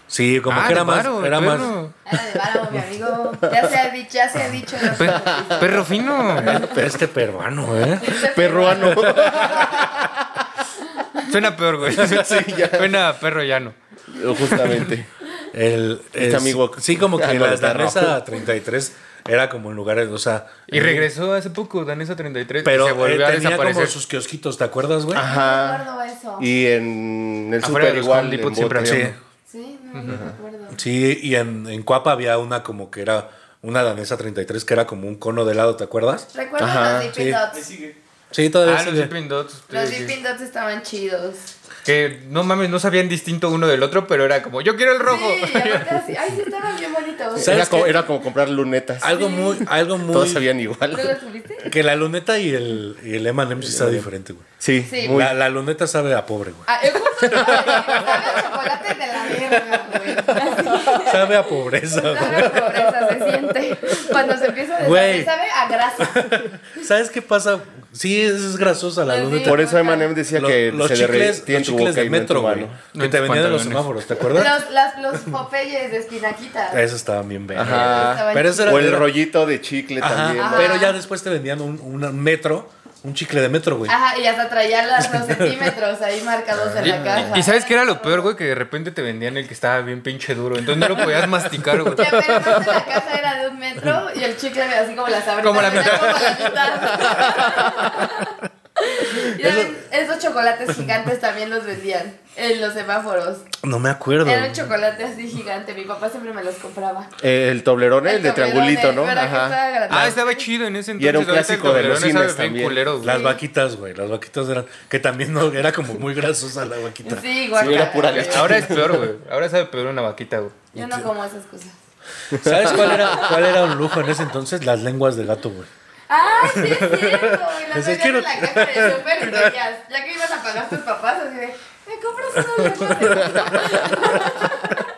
sí, como Ah, que era de más. varo, era más perro. Era de Báramo, mi amigo. Ya se ha dicho, ya se ha dicho. en los Pe- perro fino. Pero este peruano, ¿eh? Muppets. Perruano. Suena peor, güey. Suena a perro llano. Justamente. El, Este es- amigo- Sí, como que algo la de perro. danesa 33 era como en lugares, o sea. Y regresó hace poco, Danesa 33. Pero y se volvió eh, a tenía como desaparecer. sus kiosquitos, ¿te acuerdas, güey? Ah, No Ajá. recuerdo eso. Y en el Afuera de super los igual. Home Depot en siempre bote. Sí, había Sí, no, no recuerdo. sí, y en, en Cuapa había una como que era una danesa 33 que era como un cono de helado, ¿te acuerdas? Recuerdo Ajá, los Dippin' Dots. Sí, todavía Ah, los sigue. Dippin' Dots. Los sí, sí. Dippin' Dots estaban chidos. Que no mames, no sabían distinto uno del otro, pero era como, yo quiero el rojo. Sí, y aparte así. Ay, sí, estaban bien bonitos. ¿Sabes Era, como, qué? era como comprar lunetas. Algo muy, algo muy. Todos sabían igual. ¿Tú los tuviste? Que la luneta y el, y el M&M sí sabe diferente, güey. Sí, Sí. muy. La, la luneta sabe a pobre, güey. Ah, es justo que sabe a chocolate de la verga, güey. Sabe a pobreza, güey. Sabe a pobreza, se siente. Cuando se empieza a Güey. deshacer, sabe a grasa. ¿Sabes qué pasa? Sí, es, es grasosa la Sí. luneta. Por eso Emanem decía Lo- que los se chicles, derretía en los tu chicles boca de y no en tu metro, güey. mano. Que te En tus venían de los pantalones. semáforos, ¿te acuerdas? Los, las, los popeyes de Eh, espinaquitas. Esos estaban bien verdes. Ajá. Pero eso era- O el rollito de chicle Ajá, también. ¿no? Pero ya después te vendían un, un metro, un chicle de metro, güey. Ajá, y hasta traía las, los centímetros ahí marcados en Y, la caja. y- y sabes qué era lo peor, güey, que de repente te vendían el que estaba bien pinche duro, entonces no lo podías masticar, güey. O sea, Pero además de la caja era de un metro y el chicle era así como las abritas. Como la era mitad. como la mitad. Y ya ven, esos chocolates gigantes también los vendían en los semáforos. No me acuerdo. Era un chocolate así gigante. Mi papá siempre me los compraba. Eh, el toblerone, el, de triangulito, ¿no? Ajá. Ah, Ajá. estaba chido en ese entonces. Y era un ahorita el clásico de Toblerone los cines sabe bien también. culero, güey. Las vaquitas, güey. Las vaquitas eran. Que también no, era como muy grasosa la este- vaquita. Sí, guacala. era pura leche. Ahora es peor, güey. Ahora sabe peor una vaquita, güey. Yo no como esas cosas. ¿Sabes cuál era, cuál era un lujo en ese entonces? Las lenguas de gato, güey. ¡Ay, sí es cierto! Y las Pues es vendían que no- en la caja de súper y veías, ya que ibas a pagar tus papás, así de, ¿me compras unos lenguas de gato?"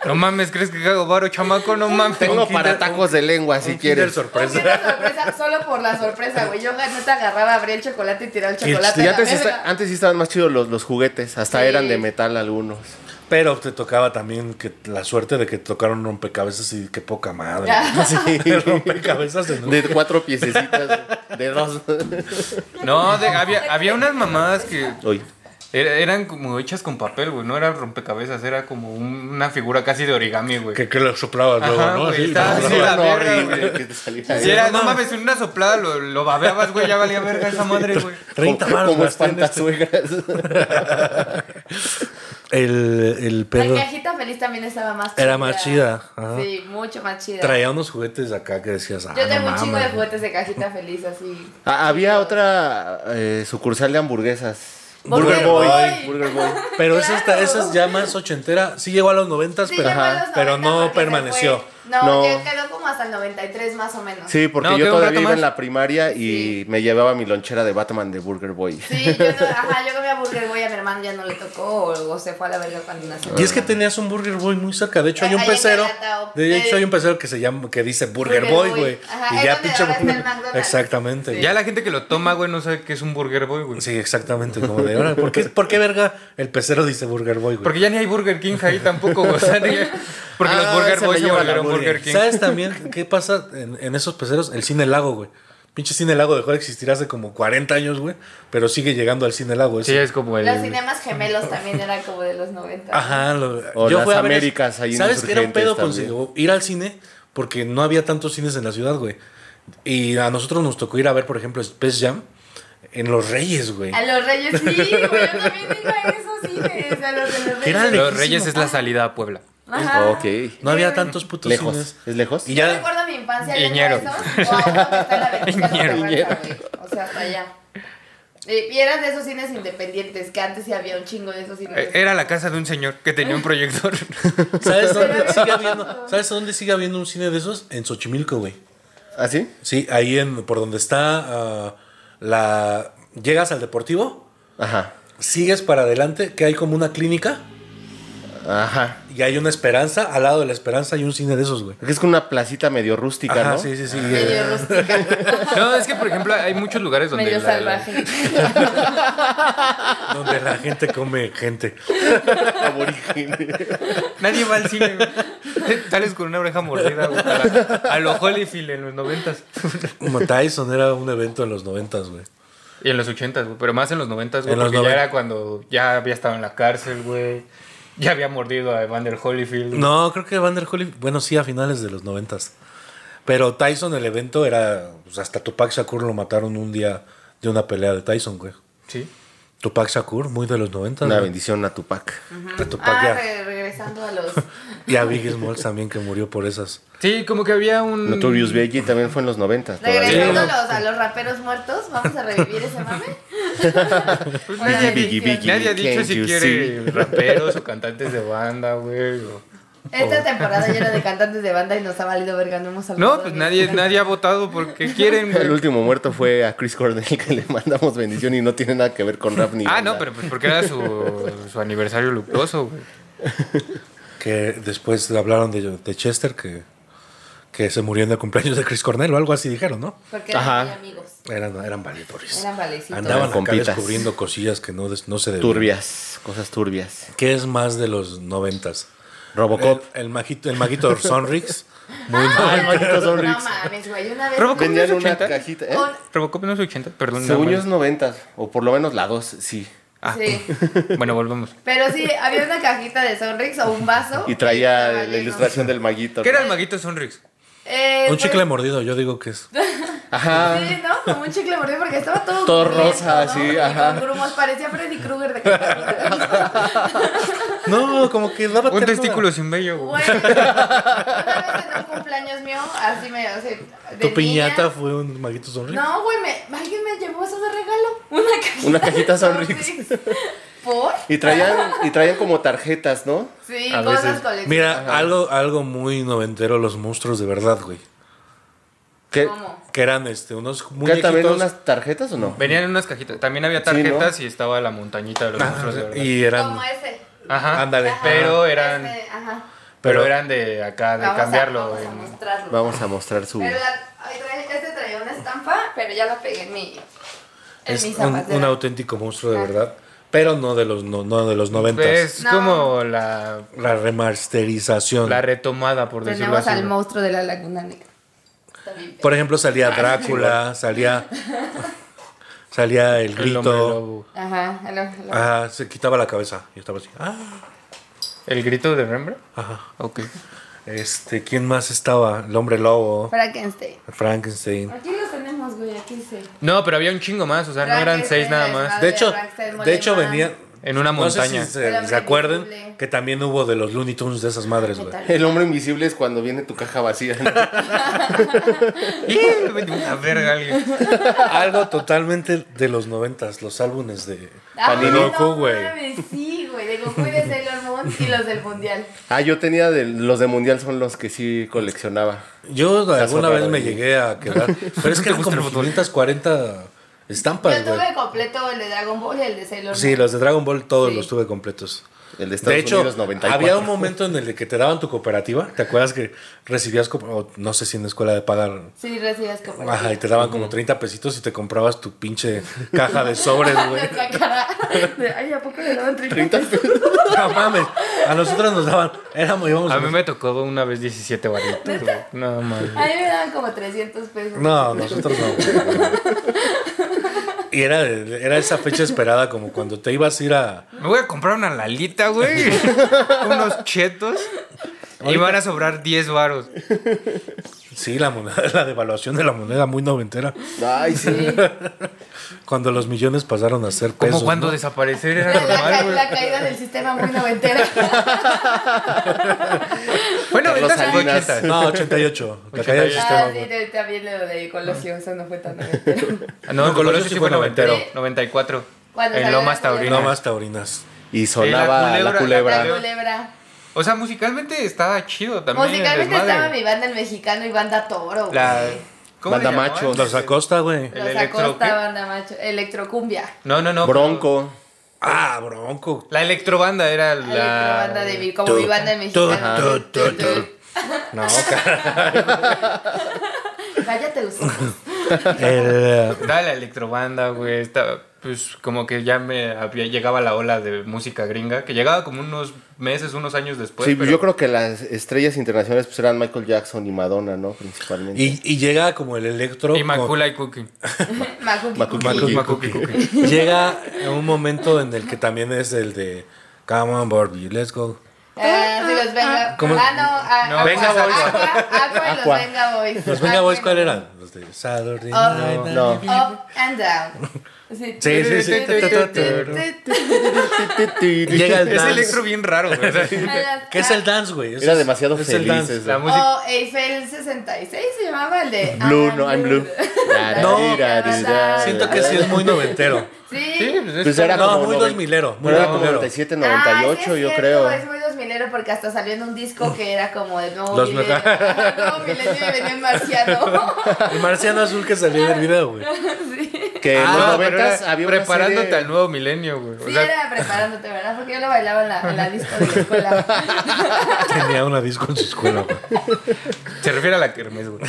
No mames, ¿crees que cago varo, chamaco? No mames. Tengo Un para Kinder- tacos de lengua si Un Kinder quieres. Porque sorpresa. era sorpresa, solo por la sorpresa, güey. Yo neta agarraba, abría el chocolate y tiraba el Que chocolate. Y a la Ah, antes, sí verga. esta- antes sí estaban más chidos los, los juguetes, hasta Sí. eran de metal algunos. Pero te tocaba también que la suerte de que tocaron rompecabezas y qué poca madre. Sí. rompecabezas en un- De cuatro piececitas, de dos. No, de- había, había unas mamadas que Oye, era- eran como hechas con papel, güey. No eran rompecabezas, era como un- una figura casi de origami, güey. Que, que lo soplabas luego, Ajá, ¿no? güey, Así, estaba lo así, soplabas. la no, verga, horrible güey. que te saliera. Si era, no mames, en una soplada lo, lo babeabas, güey, ya valía verga esa madre, güey. 30 Como- varos Como gasté en ¿eh? este. espantazuegras. El, el pedo La cajita feliz también estaba más chida. era más chida. ajá. Sí, mucho más chida. Traía unos juguetes acá que decías, ah, Yo tengo no un chingo de mames. juguetes de cajita feliz así. Ah, Había otra eh, sucursal de hamburguesas. Burger Boy. Burger Boy. Pero esa, está- Claro. esa es ya más ochentera. Sí llegó a los noventas, Sí, pero, llegó a los ajá, pero 90 porque no se permaneció. fue. No, No. ya quedó como hasta el 93 más o menos. Sí, porque No, yo queda un rato todavía iba más. en la primaria y me llevaba mi lonchera de Batman de Burger Boy. Sí, yo no, ajá, yo comía Burger Boy a mi hermano ya no le tocó o, o se fue a la verga cuando nació. Y es que tenías un Burger Boy muy cerca. De hecho, hay un Ahí en pecero. Calatao. De hecho, hay un pecero que se llama, que dice Burger, Burger Boy, Boy. güey. Ajá, Y es ya donde pinche ahora está el Burger McDonald's. Exactamente. Ya la gente que lo toma, güey, no sabe que es un burger boy, güey. Sí, exactamente. Como de ahora, ¿por qué, por qué verga el pecero dice Burger Boy, güey? Porque ya ni hay Burger King ahí tampoco, güey. o sea, ni- porque Ah, los Burger ese me Boys se lleva la volvieron burger. Burger King. ¿Sabes también qué pasa en, en esos peceros? El cine lago, güey. Pinche cine lago dejó de existir hace como 40 años, güey. Pero sigue llegando al cine lago. Sí, ese. es como el. Los cinemas gemelos también eran como de los 90. Ajá, lo- O las fui a ver Américas eso. ahí en ¿Sabes qué era un pedo Insurgentes consigo? Ir al cine porque no había tantos cines en la ciudad, güey. Y a nosotros nos tocó ir a ver, por ejemplo, Space Jam en Los Reyes, güey. A los Reyes sí, güey, yo también iba a esos cines, a los de los Que eran Reyes. Los lejísimo. Reyes es la salida a Puebla. Ajá. Oh, Ok. No había tantos putos Lejos. cines. ¿Es lejos? Y Yo ya recuerdo mi infancia yendo Iñero. a esos, o a uno que está en la Venustiano Iñero. Carranza, Iñero. güey, O sea, hasta allá. Y y eran de esos cines independientes, que antes sí había un chingo de esos cines. Eh, Era la casa de un señor que tenía un proyector. ¿Sabes dónde, sigue habiendo, ¿Sabes dónde sigue habiendo un cine de esos? En Xochimilco, güey. ¿Así? Sí, ahí en por donde está ah, la llegas al deportivo, Ajá. sigues para adelante que hay como una clínica Ajá. y hay una Esperanza, al lado de la Esperanza hay un cine de esos, güey. Es que es como una placita medio rústica, Ajá, ¿no? sí, sí, sí. Medio rústica, No, es que, por ejemplo, hay muchos lugares donde. medio la- la- salvaje. Donde la gente come gente. Aborigen. nadie va al cine, güey. Sales con una oreja mordida, güey. a la- A lo Holyfield en los noventas. Como Tyson era un evento en los noventas, güey. Y en los ochentas, güey. Pero más en los noventas, güey. En los Porque ya noven- era cuando ya había estado en la cárcel, güey. Ya había mordido a Evander Holyfield. No, creo que Van der Holy, bueno, sí, a finales de los noventas. Pero Tyson, el evento era, pues, hasta Tupac Shakur lo mataron un día de una pelea de Tyson, güey. Sí. Tupac Shakur, muy de los noventas. Una güey. bendición a Tupac. Pero Tupac Ah, ya- re- regresando a los... Y a Biggie Smalls también que murió por esas. Sí, como que había un. Notorious B.I.G. también fue en los 90. todavía. Regresando a los, a los raperos muertos, ¿vamos a revivir ese mame? Pues Hola, nadie, Biggie, Biggie, nadie ha dicho can't si you quiere raperos o cantantes de banda, güey. o- Esta temporada llena de cantantes de banda y nos ha valido verga, no hemos hablado No, pues de- nadie, nadie ha votado porque quieren. güey. El último muerto fue a Chris Cornell, que le mandamos bendición y no tiene nada que ver con rap ni Ah, banda. no, pero pues porque era su, su aniversario luctuoso, güey. Que después hablaron de, de Chester que, que se murió en el cumpleaños de Chris Cornell o algo así dijeron, ¿no? Porque eran Ajá. muy amigos. Eran, eran valedores. Eran valecitos. Andaban acá Compitas. descubriendo cosillas que no, des- no se debían. Turbias, cosas turbias. ¿Qué es más de los noventas? Robocop. El, el majito, el majito Sonrix. Muy Ah, el Majito No Sonrix. mames, güey, una vez... Robocop no es Vendían una 80. cajita, ¿eh? un- Robocop no es 80, perdón. Según no, yo es 90, o por lo menos la 2, sí. Ah. Sí. bueno. Bueno, volvemos. Pero sí, había una cajita de Sonrix o un vaso. Y traía estaba la lleno. ilustración del maguito. ¿Qué era el maguito Sonrix? Eh, Un pues, chicle mordido, yo digo que es. Ajá. Sí, ¿no? Como un chicle mordido porque estaba todo. Todo cubierto, rosa, ¿no? sí, Y ajá. Con grumos, parecía Freddy Krueger de caricatura. No, como que daba Un ternura. testículo sin vello, güey. Güey, una vez en un cumpleaños mío, así me. O sea, de Tu niña- piñata fue un maguito Sonrix. No, güey, me, alguien me llevó eso de regalo. Una cajita. Una cajita Sonrix. ¿Por? Y traían, y traían como tarjetas, ¿no? Sí, A cosas veces. coleccionables. Mira, algo, algo muy noventero, los monstruos de verdad, güey. ¿Qué, ¿Cómo? Que eran este, unos ¿qué también muñequitos. unas tarjetas o no? Venían en unas cajitas. También había Sí, ¿no? tarjetas y estaba la montañita de los monstruos de verdad. Y eran. Como ese. Ajá. Ándale. Pero eran. Este, ajá. Pero eran de acá, de Vamos a- cambiarlo. vamos a en- mostrarlo. Vamos a mostrar su... Pero la- ay, trae- este traía una estampa, pero ya la pegué en mi. En Es mi este, un, zapatera. un auténtico monstruo de verdad. Pero no de los, no, no de los noventas. Es No. Pues, como la, La remasterización. la retomada, por decirlo Tenemos así. al ¿no? monstruo de la laguna negra. Por ejemplo, salía Drácula, salía. Salía el El hombre grito. lobo. Ajá, lo- lo- Ajá, se quitaba la cabeza y estaba así. Ah, ¿El grito de Rembrandt? ajá. Ok. Este, ¿quién más estaba? El hombre lobo, Frankenstein. Frankenstein. Aquí los tenemos, güey, aquí dice. No, pero había un chingo más, o sea, no eran seis nada más. Ah, De hecho, Frankenstein, de hecho Moleman. venía. En una montaña. No sé si se, El hombre se acuerden invisible. que también hubo de los Looney Tunes de esas madres, güey. El hombre invisible es cuando viene tu caja vacía. Ih, vete una verga alguien. Algo totalmente de los noventas, los álbumes de Ah, Panini no Goku, güey. mames, Sí, güey, de Goku y de Sailor Moon y los del mundial. Ah, yo tenía de los de mundial son los que sí coleccionaba. Yo alguna raro, vez me güey. llegué a quedar, pero es que eran como 540 estampas, Yo güey. tuve completo el de Dragon Ball y el de Sailor Moon. Sí, los de Dragon Ball todos Sí. los tuve completos. El de Estados de hecho, Unidos 94. había un momento en el que te daban tu cooperativa. ¿Te acuerdas que recibías, co- o no sé si en la escuela de pagar, Sí, recibías cooperativa. Ah, ajá, y te daban como 30 pesitos y te comprabas tu pinche caja de sobres, güey? Nuestra cara de, Ay, ¿a poco le daban 30? No mames, a nosotros nos daban, éramos, íbamos A mí me tocó una vez 17 varitas. güey. No mames. A mí me daban como 300 pesos. No, nosotros no. güey. Y era, era esa fecha esperada, como cuando te ibas a ir a. Me voy a comprar una lalita, güey. Unos chetos. Y van a sobrar 10 varos. Sí, la, moneda, la devaluación de la moneda muy noventera. Ay, sí. Cuando los millones pasaron a ser Como pesos. cuando ¿no? desaparecer La, era la ca- normal, güey. la caída del sistema muy noventera. Bueno, Carlos ahorita fue Salinas. 80. No, 88. La caída del 88. sistema, ah, güey. sí, de- también lo de Colosio, eso no fue tan noventero. Ah, No, No, el Colosio Colosio sí fue noventero. noventero. 94. Cuando En salió Lomas la Taurinas. No más taurinas. Y sonaba Eh, la la culebra, culebra. La culebra. O sea, musicalmente estaba chido también. el Musicalmente desmadre. estaba mi banda el mexicano y banda toro. güey. La. Banda le llamaban? Macho. Los Acosta, güey. el Los electro, ¿qué? Acosta, banda macho. Electrocumbia. No, no, no. Bronco. Ah, bronco. La electrobanda era la. Electrobanda de mi, como Tu, mi banda el mexicano. tu, tu, tu, tu. No, ca- Cállate, Uso. el, eh, Estaba la electrobanda, güey. Estaba, pues como que ya me había, llegaba la ola de música gringa, que llegaba como unos meses, unos años después. sí, Pues, pero- yo creo que las estrellas internacionales pues, eran Michael Jackson y Madonna, ¿no? Principalmente. y, y llega como el electro. Y Macula y Cookie. Macuki. Macuki. Macuki. Y Macuki Cookie. con- llega un momento en el que también es el de. Come on, Barbie, let's go. Ah, sí, los Venga. ¿Cómo? Ah, no. ah, No, Aqua, Venga Boys. Aqua, Aqua y los Aqua. Venga Boys. Los Pues, Venga Aqua Boys, y ¿cuál los- eran? Los de Saturday Ah, Night Live. No. Up and down. Sí, Sí, sí, sí. Llega el Es dance. electro bien raro, güey. o sea, ¿Qué es el dance, güey? Eso Era es- demasiado es el feliz. dance. esa. la música. O Ah, oh, Eiffel 66 se llamaba el de Blue, no, I'm blue. No, Ah, Siento que sí es muy noventero. Sí, Sí. pues es- Pues era No, como muy noven- 2000ero, muy pero era como novenero. 97, Ah, 98, sí es yo cierto, creo. Es muy 2000 porque hasta salió en un disco que era como de nuevo Los milenio. nueve- Ajá, nuevo milenio y venía un marciano. El marciano azul que salió en el video, güey. Que en los Ah, pero 90 era había una preparándote serie- al nuevo milenio, güey. O Sí, sea, era preparándote, ¿verdad? Porque yo lo bailaba en la, en la disco de la escuela. Tenía una disco en su escuela, güey. se refiere a la kermés, güey.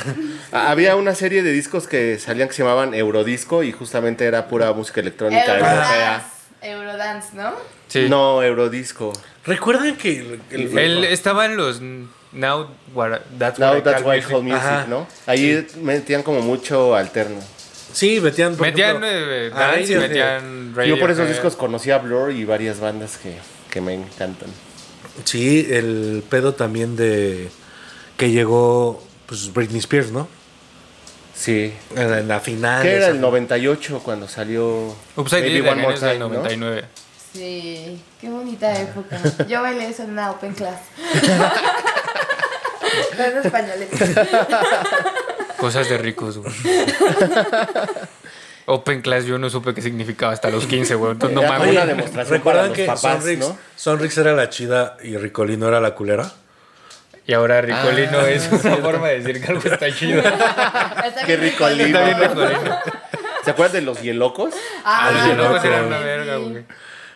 Ah, Había una serie de discos que salían que se llamaban Eurodisco y justamente era pura música electrónica europea. Eurodance. Eurodance, ¿no? Sí. No, Eurodisco. Recuerden que el- el- Él estaba en los Now What- That's, What Now I That's Call Why I Music. Call Music, Ajá. ¿no? Ahí metían como mucho alterno. sí, metían. por Metían ejemplo, eh, a Dance, Radiohead. metían Yo por esos Radiohead. discos conocí a Blur y varias bandas que, que me encantan. Sí, el pedo también de que llegó pues Britney Spears, ¿no? Sí. En, en la Ah, final. ¿Qué era esa- el 98 cuando salió Upside Baby Down One More es del Time, ¿no? 99. Sí, qué bonita época. Yo bailé eso en una open class. Los españoles. Cosas de ricos, güey. Open Class yo no supe qué significaba hasta los 15, güey. Entonces no Era mames. como una Oye, demostración ¿recuerdan para los que papás, Sonrix, ¿no? Sonrix era la chida y Ricolino era la culera? Y ahora Ricolino es una forma de decir que algo está chido. Está Qué bien rico rico. Lima. Está bien Ricolino. ¿Se acuerdan de los hielocos? Ah, Al Los hielo, Yelocos loco. eran pues, una verga, güey.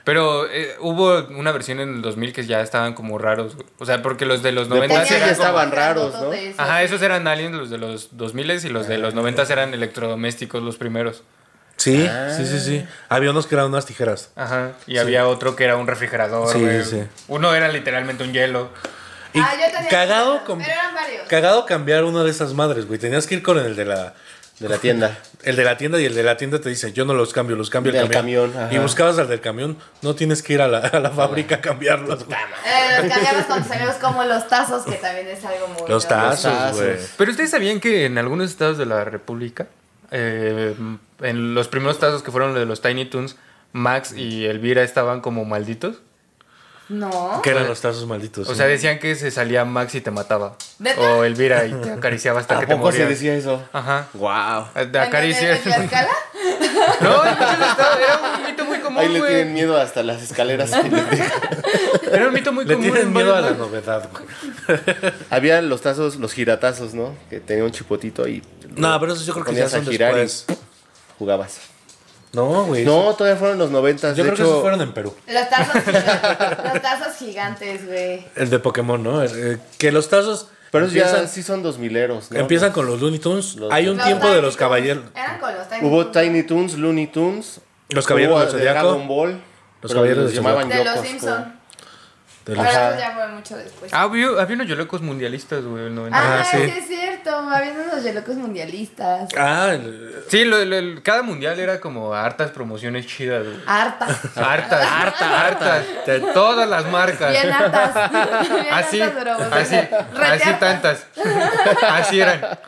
Pero eh, hubo una versión en el 2000 que ya estaban como raros, güey. O sea, porque los de los por 90 sí ya eran como- estaban raros, ¿no? Ajá, esos eran aliens, los de los 2000 y los de los 90 eran electrodomésticos los primeros. Sí, Ah. sí, sí, sí. Había unos que eran unas tijeras. Ajá. Y había otro que era un refrigerador, Sí, güey. sí. Uno era literalmente un hielo. Y Ah, yo tenía cagado, uno, com- pero eran varios. cagado cambiar una de esas madres, güey. Tenías que ir con el de la... De la tienda. El de la tienda y el de la tienda te dice, yo no los cambio, los cambio el Del camión. camión, ajá. y buscabas al del camión, no tienes que ir a la, a la fábrica a cambiarlos. güey. Eh, los cambiamos con tus amigos como los tazos, que también es algo muy... Los tazos, tazos. güey. Pero ustedes sabían que en algunos estados de la República, eh, en los primeros tazos que fueron de los Tiny Toons, Max y Elvira estaban como malditos. No. Que eran los tazos malditos. O sí. sea, decían que se salía Max y te mataba. ¿Neta? O Elvira y te acariciaba hasta Ah, que te Tampoco se morías. decía eso? Ajá. Wow. Te ¿En- acaricias. en- en Tlaxcala? No, en muchos estados era un mito muy Ahí común, le tienen güey. miedo hasta las escaleras. Era un mito muy Le común. tienen en miedo a la varios- novedad, güey. Había los tazos, los giratazos, ¿no? Que tenía un chipotito y. No, pero esos yo lo creo que ya ponías a son girar y después. Jugabas. No, güey. No, todavía fueron los noventas. Yo de creo que hecho, esos fueron en Perú. Los tazos gigantes. Los tazos gigantes, güey. El de Pokémon, ¿no? Eh, que los tazos Pero esos empiezan, ya sí son dos mileros, ¿no? empiezan con los Looney Tunes. Los- Hay un Los tiempo de Tiny los Toons. caballeros. Eran con los Tiny Hubo Toons. Tiny Toons, Looney Tunes. Los caballeros hubo del de Zodiaco. Dragon Ball. Los pero caballeros los del llamaban De los yokos, Simpsons. de los- Pero Ajá. eso ya fue mucho después. Ah, había, había unos yolocos mundialistas, güey. en 90. Ah, sí. sí. es cierto. Habiendo unos yelocos mundialistas. Ah, el- Sí, lo- lo- el- cada mundial era como hartas promociones chidas, güey. Ah. Hartas. Hartas, hartas, hartas. De todas las marcas. Bien hartas. Bien Ah, Así, hartas, pero, o sea, así, así reteartas, ah, tantas. Así eran.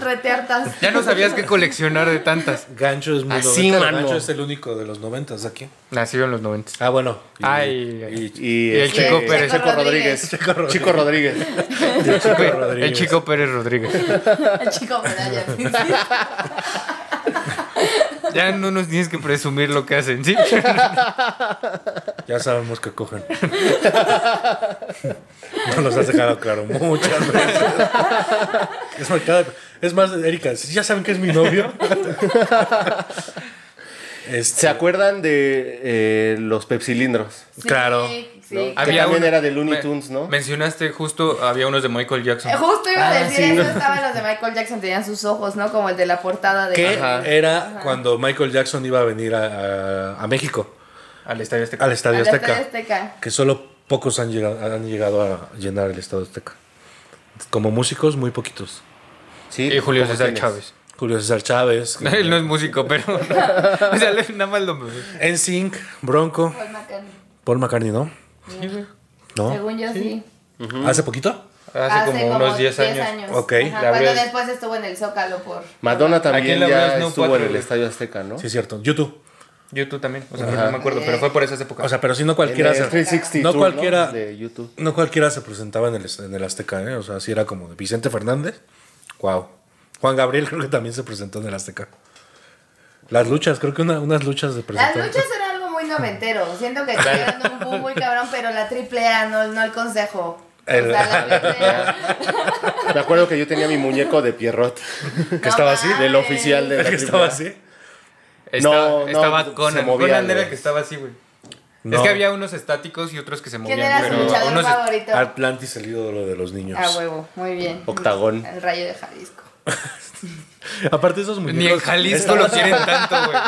Reteartas. Ya no sabías qué coleccionar de tantas. Gancho es muy Así, 90. mano. Gancho es el único de los noventas aquí. Nació en los 90. Ah, bueno. Ay, y- Y, Y el este, Chico Pérez. Chico Rodríguez. Chico Rodríguez. Chico Rodríguez. Rodríguez. El chico Pérez Rodríguez. El chico medalla. Ya no nos tienes que presumir lo que hacen, ¿sí? Ya sabemos que cogen. No los has dejado claro muchas veces. Es, más, cada- es más, Erika, ¿ya saben que es mi novio? Este, ¿Se acuerdan de eh, los pepsilindros? Claro. Sí, sí. ¿No? Que Eh, también uno- era de Looney me- Tunes, ¿no? Mencionaste justo, había unos de Michael Jackson. Justo iba a Ah, decir sí. eso. Estaban los de Michael Jackson. Tenían sus ojos, ¿no? Como el de la portada de. Que Ajá. era cuando Michael Jackson iba a venir a, a- a México, Al estadio Ah, este. al Estadio Al Azteca. Estadio Azteca. Que solo pocos han llegado, han llegado a llenar el Estadio Azteca. Como músicos, muy poquitos. Sí. Y Julio ¿cómo César tienes? Chávez. Julio César Chávez, Él no es músico, pero. o sea, le- nada más lo. NSYNC, Bronco, Paul McCartney. Paul McCartney, ¿no? ¿No? Según yo, sí. ¿Hace poquito? Hace, como unos 10 años. Ok. Ajá, La cuando verdad- después estuvo en el Zócalo por. Madonna Aquí en también la ya Blas, no, estuvo en cuatro, el güey. Estadio Azteca, ¿no? Sí, es cierto. YouTube. Yo tú también. O sea, no me acuerdo, pero fue por esas épocas. O sea, pero si no cualquiera En el se, 360 no tour, cualquiera De YouTube. no cualquiera se presentaba en el, en el Azteca, ¿eh? O sea, si era como de Vicente Fernández. Wow. Juan Gabriel creo que también se presentó en el Azteca. Las luchas, creo que una- unas luchas se Las presentaron. luchas eran algo muy noventero. Siento que estuvieron un boom muy cabrón, pero la triple A, no, no el consejo. O sea, El- la triple A. Me acuerdo que yo tenía mi muñeco de Pierrot. que estaba así, mames. Del oficial de la El que triple A. estaba así. estaba, no, estaba se Conan. movía, Conan era güey. el que estaba así, güey. No. Es que había unos estáticos y otros que se movían. ¿Quién era su pero luchador unos- favorito? Atlantis, el ídolo de los niños. A huevo, muy bien. Octagón. El rayo de Jalisco. Aparte esos muñecos. Ni en Jalisco estaban- lo quieren tanto, güey.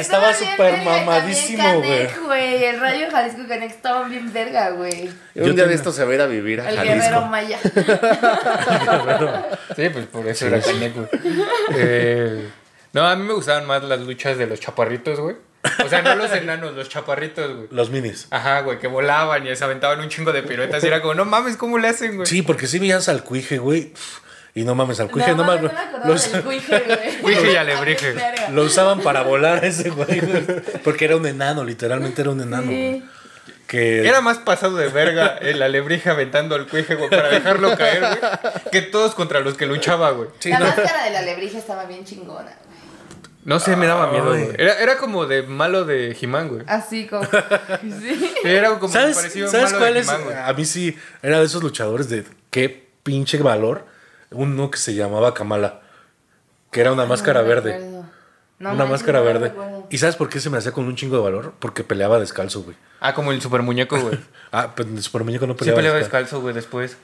Estaba bien súper verga y mamadísimo, también güey. Canek, güey. El rayo de Jalisco y Canek estaban bien verga, güey. Un Yo día tenía- de esto se va a ir a vivir a El Jalisco. guerrero maya. Sí, pues por eso era Canek, güey. Eh, no, a mí me gustaban más las luchas de los chaparritos, güey. O sea, no los enanos, los chaparritos, güey. Los minis. Ajá, güey, que volaban y se aventaban un chingo de piruetas. Y era como, no mames, ¿cómo le hacen, güey? Sí, porque sí veías al cuije, güey. Y no mames, al cuije, no, mames, mames. me acordaba los- del cuije, güey. Cuije y alebrije. Verga. Lo usaban para volar a ese güey. güey. Porque era un enano, literalmente era un enano. güey. Que Era más pasado de verga el alebrije aventando al cuije, güey, para dejarlo caer, güey, que todos contra los que luchaba, güey. La máscara de la alebrije estaba bien chingona, güey. No sé, me daba miedo, Ay. güey. Era, era como de malo de Jimán, güey. Así como. sí. Era como ¿Sabes, parecido a ¿sabes malo cuál de es? He-Man, güey. A mí sí, era de esos luchadores de qué pinche valor. Uno que se llamaba Kamala, que era una máscara No verde. recuerdo. No una manches, máscara no lo verde. recuerdo. ¿Y sabes por qué se me hacía con un chingo de valor? Porque peleaba descalzo, güey. Ah, como el super muñeco, güey. Ah, pero en el Super Muñeco no Sí peleaba, peleaba descalzo. descalzo, güey, después.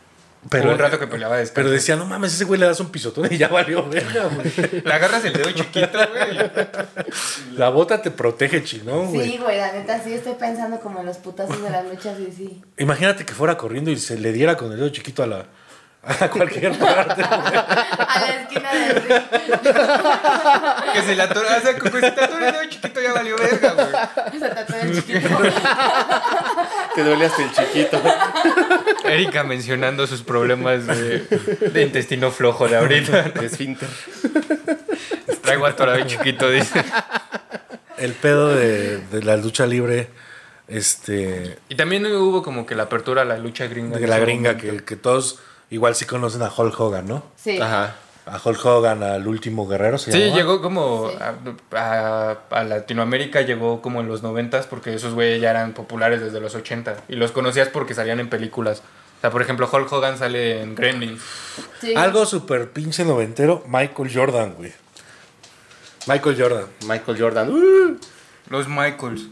Hubo un rato que peleaba descalzo. Pero decía, no mames, ese güey le das un pisotón y ya valió verga, güey. Le agarras el dedo chiquito, güey. La bota te protege, chingón, güey. Sí, güey, la neta, sí estoy pensando como en los putazos de las luchas y sí. Imagínate que fuera corriendo y se le diera con el dedo chiquito a la a cualquier parte. A la esquina del ring. Que se la atora, o sea, con que se te atora el dedo chiquito ya valió verga, güey. Se tatuó el chiquito. Te duele hasta el chiquito. Erika mencionando sus problemas de, de intestino flojo de ahorita. de esfínter. Traigo atorado el chiquito, dice. El pedo de, de la lucha libre, este, Y también hubo como que la apertura a la lucha gringa. de en la ese gringa, momento. que, que todos igual sí conocen a Hulk Hogan, ¿no? Sí. Ajá. A Hulk Hogan, al último guerrero. ¿se Sí, llamaba? llegó como a, a- a Latinoamérica, llegó como en los noventas, porque esos güeyes ya eran populares desde los 80 y los conocías porque salían en películas. O sea, por ejemplo, Hulk Hogan sale en Gremlins. Sí. Algo súper pinche noventero, Michael Jordan, güey. Michael Jordan. Michael Jordan. ¡uh! Los Michaels.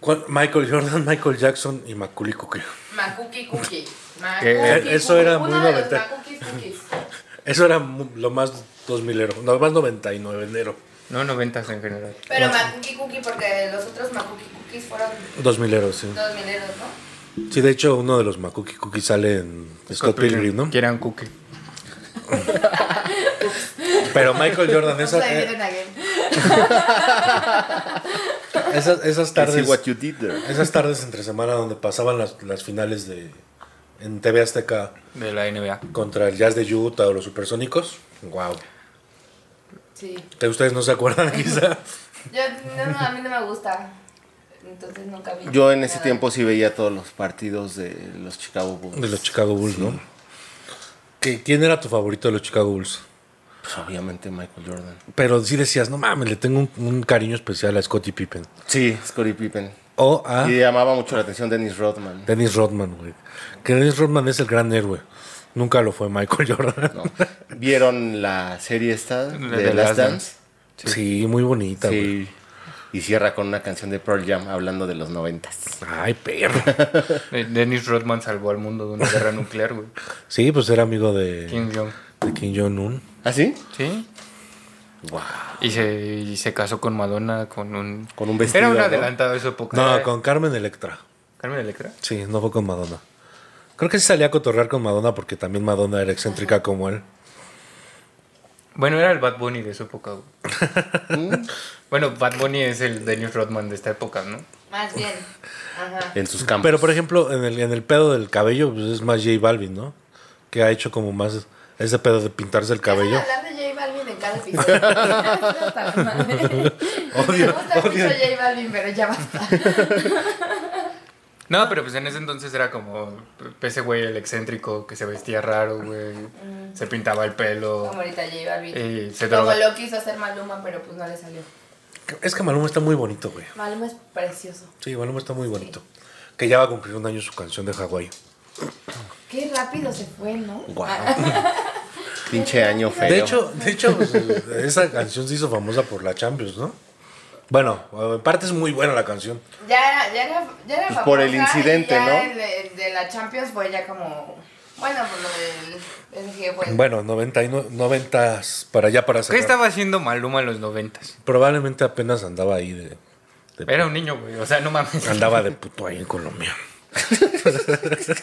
¿Cuál- Michael Jordan, Michael Jackson y Macaulay Culkin. Macuki cookie. Que eso cookie. era Uno muy de los noventa. Macuki cookies. Eso era mu- lo más 2000ero, lo más 99 enero, No, noventas en general. Pero Macuki cookie porque los otros Macuki cookies fueron 2000ero, sí. dos mileros, ¿no? Sí, de hecho uno de los Makuki Cookies sale en Scott Pilgrim, ¿no? Que eran cookie. Pero Michael Jordan, No se esa- eh, dividen again. esas, esas I See what tardes, you did there. esas tardes entre semana donde pasaban las, las finales de en TV Azteca De la NBA. contra el Jazz de Utah o los Supersónicos. Wow. Sí. Ustedes no se acuerdan quizá. Yo, no, no, a mí no me gusta. Entonces nunca vi. Yo en ese nada. tiempo sí veía todos los partidos de los Chicago Bulls. De los Chicago Bulls, ¿no? ¿Qué- ¿Quién era tu favorito de los Chicago Bulls? Pues obviamente Michael Jordan. Pero sí decías, no mames, le tengo un, un cariño especial a Scottie Pippen. Sí, Scottie Pippen. O a Y llamaba mucho la atención Dennis Rodman. Dennis Rodman, güey. Que Dennis Rodman es el gran héroe. Nunca lo fue Michael Jordan. No. ¿Vieron la serie esta La de Last Dance? Sí, muy bonita, güey. Sí. Y cierra con una canción de Pearl Jam hablando de los noventas. Ay, perro. Eh, Dennis Rodman salvó al mundo de una guerra nuclear, güey. Sí, pues era amigo de de Kim Jong. Kim, Jong-un. ¿Ah, sí? Sí. Wow. Y se, y se casó con Madonna con un. Con un vestido, Era un ¿no? adelantado de su época. No, Era- con Carmen Electra. Carmen Electra. Sí, no fue con Madonna. Creo que sí salía a cotorrear con Madonna porque también Madonna era excéntrica como él. Bueno, era el Bad Bunny de su época, güey. Mm. bueno, Bad Bunny es el Dennis Rodman de esta época, ¿no? Más bien. Ajá. En sus campos. Pero por ejemplo, en el, en el pedo del cabello, pues es más J Balvin, ¿no? Que ha hecho como más ese pedo de pintarse el cabello. Deja de hablar de J Balvin en cada episodio. Hasta la madre. Odio, Me gusta mucho odio. J Balvin, pero ya basta. No, pero pues en ese entonces era como pues, ese güey el excéntrico que se vestía raro, güey. Se pintaba el pelo. Mm. Como ahorita J Balvin. Y se Como droga. lo quiso hacer Maluma, pero pues no le salió. Es que Maluma está muy bonito, güey. Maluma es precioso. Sí, Maluma está muy bonito. Que ya va a cumplir un año su canción de Hawái. Qué rápido se fue, ¿no? Wow. Pinche año feo. De hecho, de hecho pues, esa canción se hizo famosa por la Champions, ¿no? Bueno, en parte es muy buena la canción. Ya era, ya era, ya era Pues por el famosa y incidente, ya ¿no? el- el de la Champions fue ya como. Bueno, por lo del PSG, pues. Bueno, 99, 90 para allá para ¿Qué sacar. estaba haciendo Maluma en los noventas? Probablemente apenas andaba ahí de, de Era un niño, güey. O sea, no mames. Ah. andaba de puto ahí en Colombia. No, mames,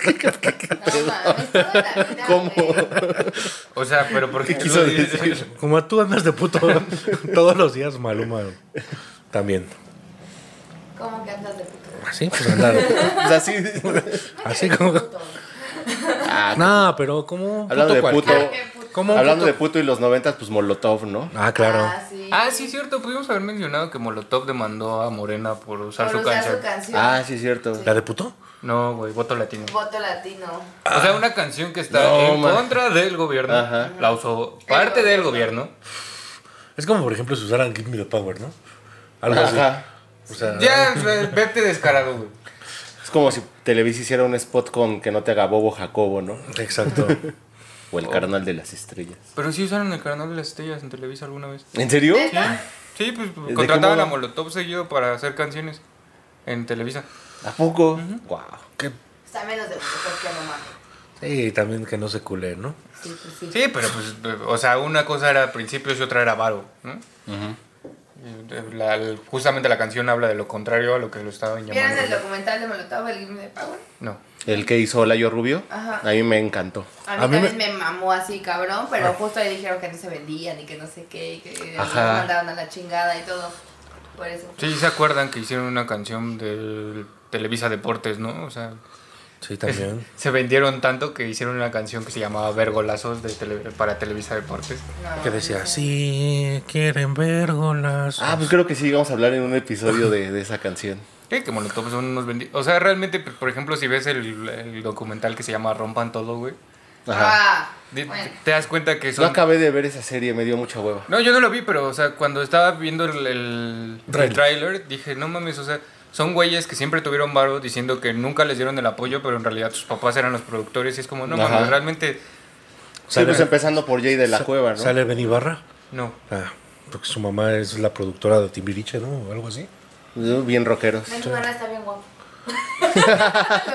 toda la vida, ¿Cómo? güey. O sea, pero porque ¿Qué quiso decir? Como tú andas de puto todos los días, Maluma. También. ¿Cómo que andas de puto? Así, pues anda de- O sea, sí. Así como. puto? Ah, No, pero como. un Hablando de puto. cualquiera. Qué puto. Como un Hablando de puto- puto y los noventas, pues Molotov, ¿no? Ah, claro. Ah, sí. Ah, sí, cierto. Pudimos haber mencionado que Molotov demandó a Morena por usar Por su usar canción. su canción. Ah, sí, es cierto. ¿La de puto? No, güey, voto latino. Voto latino. O sea, una canción que está Ah. No, en man. contra del gobierno. Ajá. La usó parte del gobierno. Es como, por ejemplo, si usaran Give Me the Power, ¿no? Algo así. Ajá. O sea, Ya, güey, vete descarado, güey. Es como si Televisa hiciera un spot con que no te haga bobo Jacobo, ¿no? exacto. O el carnal de las estrellas. Pero sí usaron el carnal de las estrellas en Televisa alguna vez. ¿En serio? Sí, pues qué contrataban modo? a Molotov seguido para hacer canciones en Televisa. ¿A poco? Wow. ¿Qué? Está menos de puto que no mames. Sí, también que no se culé, ¿no? Sí, pues sí. Sí, pero pues, o sea, una cosa era principios y otra era varo, ¿no? La- el- justamente la canción habla de lo contrario a lo que lo estaban ¿Vieron el llamando. documental de Molotov, el himno de Power? No. El que hizo Layo Rubio, Ajá. a mí me encantó. A mí, A mí también me... mamó así, cabrón, pero justo ahí dijeron que no se vendían y que no sé qué, y que los Ajá. mandaban a la chingada y todo. Por eso. Sí, se acuerdan que hicieron una canción de Televisa Deportes, ¿no? O sea, Sí, también. se vendieron tanto que hicieron una canción que se llamaba Vergolazos de tele- para Televisa Deportes. No, que decía, sí, quieren ver golas. Ah, pues creo que sí, vamos a hablar en un episodio de, de esa canción. Sí, que Molotov son unos vendidos. O sea, realmente, pues, por ejemplo, si ves el, el documental que se llama Rompan Todo, güey, Ajá. Ah, di- bueno. te das cuenta que No son acabé de ver esa serie, me dio mucha hueva. No, yo no lo vi, pero, o sea, cuando estaba viendo el, el, el Trailer. trailer, dije, no mames, o sea, son güeyes que siempre tuvieron varo diciendo que nunca les dieron el apoyo, pero en realidad sus papás eran los productores y es como, no Ajá. mames, realmente, Sí, pues empezando por Jay de la Sa- Cueva, ¿no? Sale Ben Ibarra. no. Ah, porque su mamá es la productora de Timbiriche, ¿no? O algo así. Bien rockeros. Ven, tu hermana está bien guapo.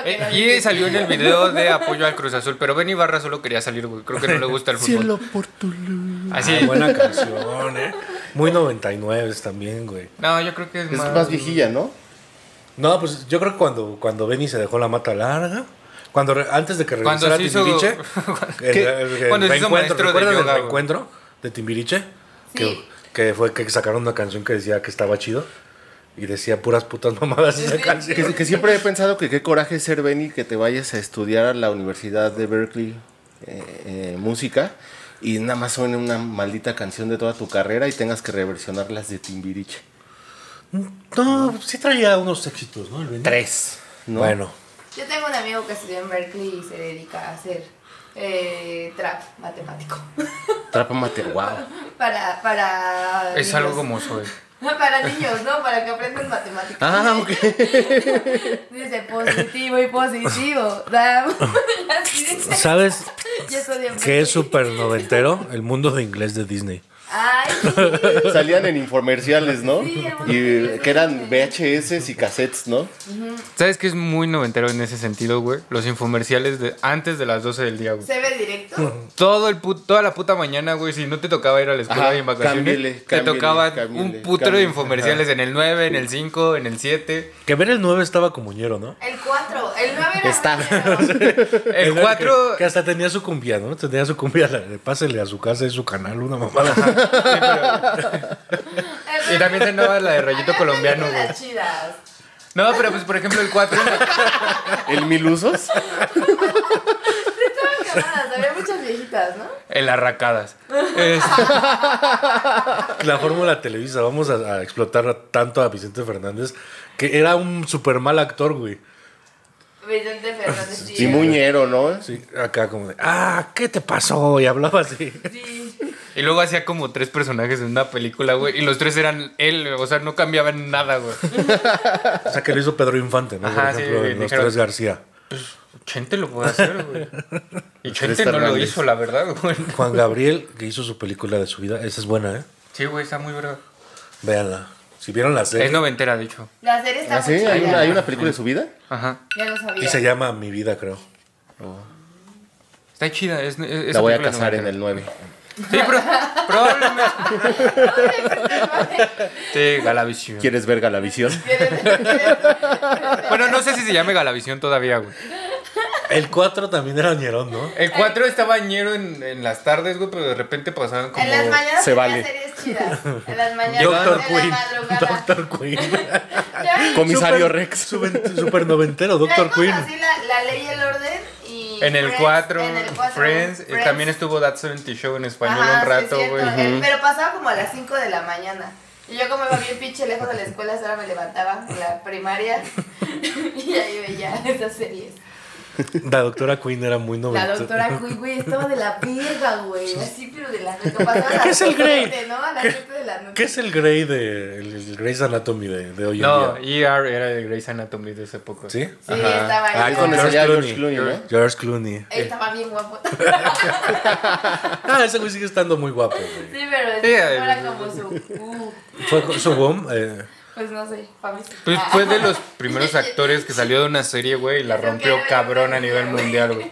Eh, y salió en el video de apoyo al Cruz Azul, pero Ben Ibarra solo quería salir, güey, creo que no le gusta el fútbol. Ah, por Así. Ah, Ah, buena canción, ¿eh? Muy 99 también, güey. No, yo creo que es, Es más viejilla, ¿no? No, pues yo creo que cuando, cuando Benny se dejó la mata larga, cuando re- antes de que Cuando regresara se hizo- Timbiriche, el, el- el Cuando se hizo reencuentro, maestro de ¿recuerdan yoga, el güey? reencuentro de Timbiriche? Sí. Que, que fue que sacaron una canción que decía que estaba chido y decía puras putas mamadas esa canción. Que, que siempre he pensado que qué coraje ser Benny que te vayas a estudiar a la Universidad de Berkeley eh, eh, música y nada más suene una maldita canción de toda tu carrera y tengas que reversionar las de Timbiriche. No, sí traía unos éxitos, ¿no? El Benny. Tres. ¿no? Bueno, Yo tengo un amigo que estudió en Berkeley y se dedica a hacer eh, trap matemático. Trapa Mater, wow. para, para. es algo como soy. Para niños, ¿no? Para que aprendan matemáticas. Ah, ok. Dice positivo y positivo. Da- Así dice. ¿sabes Yo estudié qué en Berkeley. es súper noventero? El mundo de inglés de Disney. Ay, Salían en infomerciales, ¿no? Sí, hermano. Y que eran VHS y cassettes, ¿no? ¿Sabes qué es muy noventero en ese sentido, güey? Los infomerciales de antes de las 12 del día, güey. se ve directo. Todo el put- toda la puta mañana, güey, si no te tocaba ir a la escuela Ajá, y en vacaciones, cámbiale, te cámbiale, tocaban cámbiale, un putero de cámbiale. infomerciales en el 9, en el 5, en el 7. Que ver el 9 estaba como ñero, ¿no? El 4, el 9 era. Está. bueno. El Era 4, Que, que hasta tenía su cumbia, ¿no? Tenía su cumbia, la de pásele a su casa y su canal, una mamada. y también tenía la de rayito Había colombiano, güey. películas chidas. No, pero pues por ejemplo el 4, El Milusos. Estaban camadas, había muchas viejitas, ¿no? el arracadas. Es- La fórmula Televisa, vamos a, a explotar tanto a Vicente Fernández, que era un super mal actor, güey. Vicente Fernández Díaz. Y Muñero, ¿no? Sí, acá como de, ah, ¿qué te pasó? Y hablaba así. Sí. y luego hacía como tres personajes en una película, güey, y los tres eran él, o sea, no cambiaban nada, güey. O sea, que lo hizo Pedro Infante, ¿no? Ajá, Por sí, ejemplo, en Los dijeron- Tres García. Chente lo puede hacer, güey. Y Chente Tres no lo Fernández. hizo, la verdad, güey. Juan Gabriel, que hizo su película de su vida, esa es buena, ¿eh? Sí, güey, está muy verdad. Véanla. Si vieron la Es serie, noventera, de hecho. La serie está ¿Ah, sí? muy chida. ¿Hay una, ¿Hay una película de su vida? Ajá. Ya lo sabía. y se llama Mi Vida, creo. Está chida. Es, es- La voy a película es casar en noventera. el 9. Sí, pero probablemente. Sí, Galavisión. ¿Quieres ver Galavisión? Bueno, no sé si se llame Galavisión todavía, güey. Eh, El 4 también era ñerón, ¿no? El 4 estaba ñero en, en las tardes, güey, pero de repente pasaban como. En las mañanas se había vale. series chidas. En las mañanas. Doctor en la Queen. madrugada. Doctor Queen. Ya- Comisario Super- Rex. suben- Super noventero, Doctor ya hay Queen. cosas así, la, la ley y el orden. Y En el Friends, 4, en el cuatro, Friends, eh, También estuvo That 70 Show en español Ajá, un sí, es rato, cierto. güey. Eh, Pero pasaba como a las 5 de la mañana. Y yo como iba bien pinche lejos de la escuela, ahora me levantaba de la primaria y ahí veía esas series. La doctora Queen era muy noventera. La doctora Cuy, güey, estaba de la verga, güey. Así, pero de la neta. Pasaba a las ¿Qué es el Grey? siete, ¿no? A las 7 de la noche. ¿Qué es el Grey de el, el Grey's Anatomy de, de hoy en No, día? ER era de Grey's Anatomy de ese poco. ¿Sí? Sí, estaba ahí. Ah, Es con donde George salía George Clooney. Clooney, ¿no? George Clooney. Estaba bien guapo. Sí, Ah, ese güey sigue estando muy guapo, güey. Sí, pero no eh, era como su. uh, Fue con- su boom. eh, pues no sé, Ah, famisa. Pues fue de los primeros actores que salió de una serie, güey, y la Creo que rompió era- cabrón a nivel mundial, güey.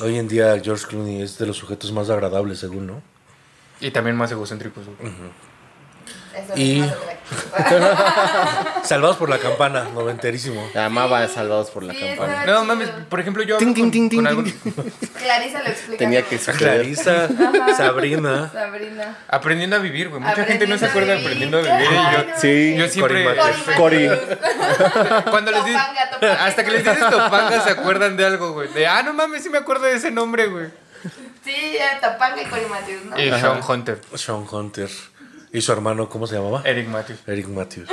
Hoy en día George Clooney es de los sujetos más agradables, según, ¿no? Y también más egocéntricos. güey. Eso Y- es más atractivo. Salvados por la campana, noventerísimo. Amaba a Salvados por la Sí, Campana. estaba No Ah, chido. mames, por ejemplo, yo hablo Ting, ting, con- ting, con algo- ting, ting. Clarisa lo explica. Tenía que todo. suceder. Clarisa, Sabrina. Sabrina. aprendiendo a vivir, güey. Mucha gente no se acuerda Aprendiendo a de vivir. aprendiendo a vivir. y yo- Claro. Sí. yo, siempre. Cory Matthews. Cory. Cuando les dices. Topanga, Topanga. Hasta que les dices Topanga se acuerdan de algo, güey. De, ah, no mames, sí me acuerdo de ese nombre, güey. Sí, ya, Topanga y Corimatis, ¿no? Y Sean Hunter, Sean Hunter. ¿Y su hermano cómo se llamaba? Eric Matthews. Eric Matthews.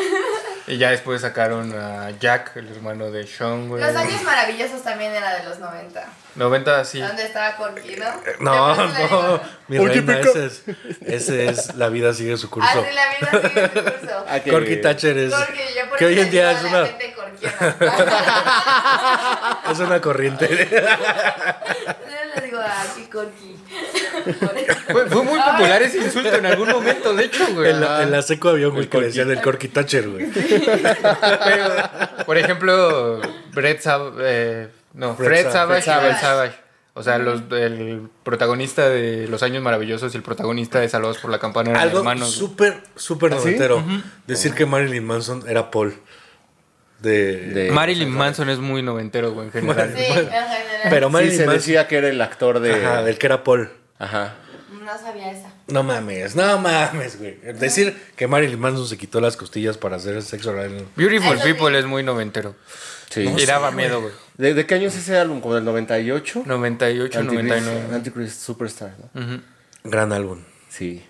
Y ya después sacaron a Jack, el hermano de Sean, güey. Los años maravillosos también era de los 90. 90, sí. Eh, Donde estaba Corky, ¿no? No, Yo por eso le no, digo, mi ¿Por qué reina, picó? ese es, ese es La vida sigue su curso. Así la vida sigue su curso. Ah, que- Corky Thatcher es, Corky, yo por que eso hoy le en día digo a es la una, gente corquiana. es una corriente. Yo le digo, ah, sí, Corky. Por eso. Fue, fue muy popular ese insulto en algún momento, de hecho, güey. En la, en la seco había un güey que le Ah, Corky. decían el Corky Thatcher, güey. Pero, por ejemplo, Brett Savage. no, Fred Fred Sav- Savage. Fred Fred Savage. Savage. O sea, los, el protagonista de Los Años Maravillosos y el protagonista de Salvados por la Campana eran Algo hermanos. güey. súper, súper ¿Ah, sí? noventero. Decir que Marilyn Manson era Paul. De, De- Marilyn Manson es muy noventero, güey, en general. Sí, en general. Pero Sí, Marilyn se Manson. decía que era el actor de. Ajá, del que era Paul. Ajá. No sabía esa. No mames, no mames, güey. Decir que Marilyn Manson se quitó las costillas para hacer el sexo oral. Beautiful Eso sí. People es muy noventero. Sí. y daba miedo, güey. ¿De, de qué año es ese álbum? ¿Como del 98? 98, Antichrist- 99. Antichrist Superstar, ¿no? Mm. Gran álbum. Sí.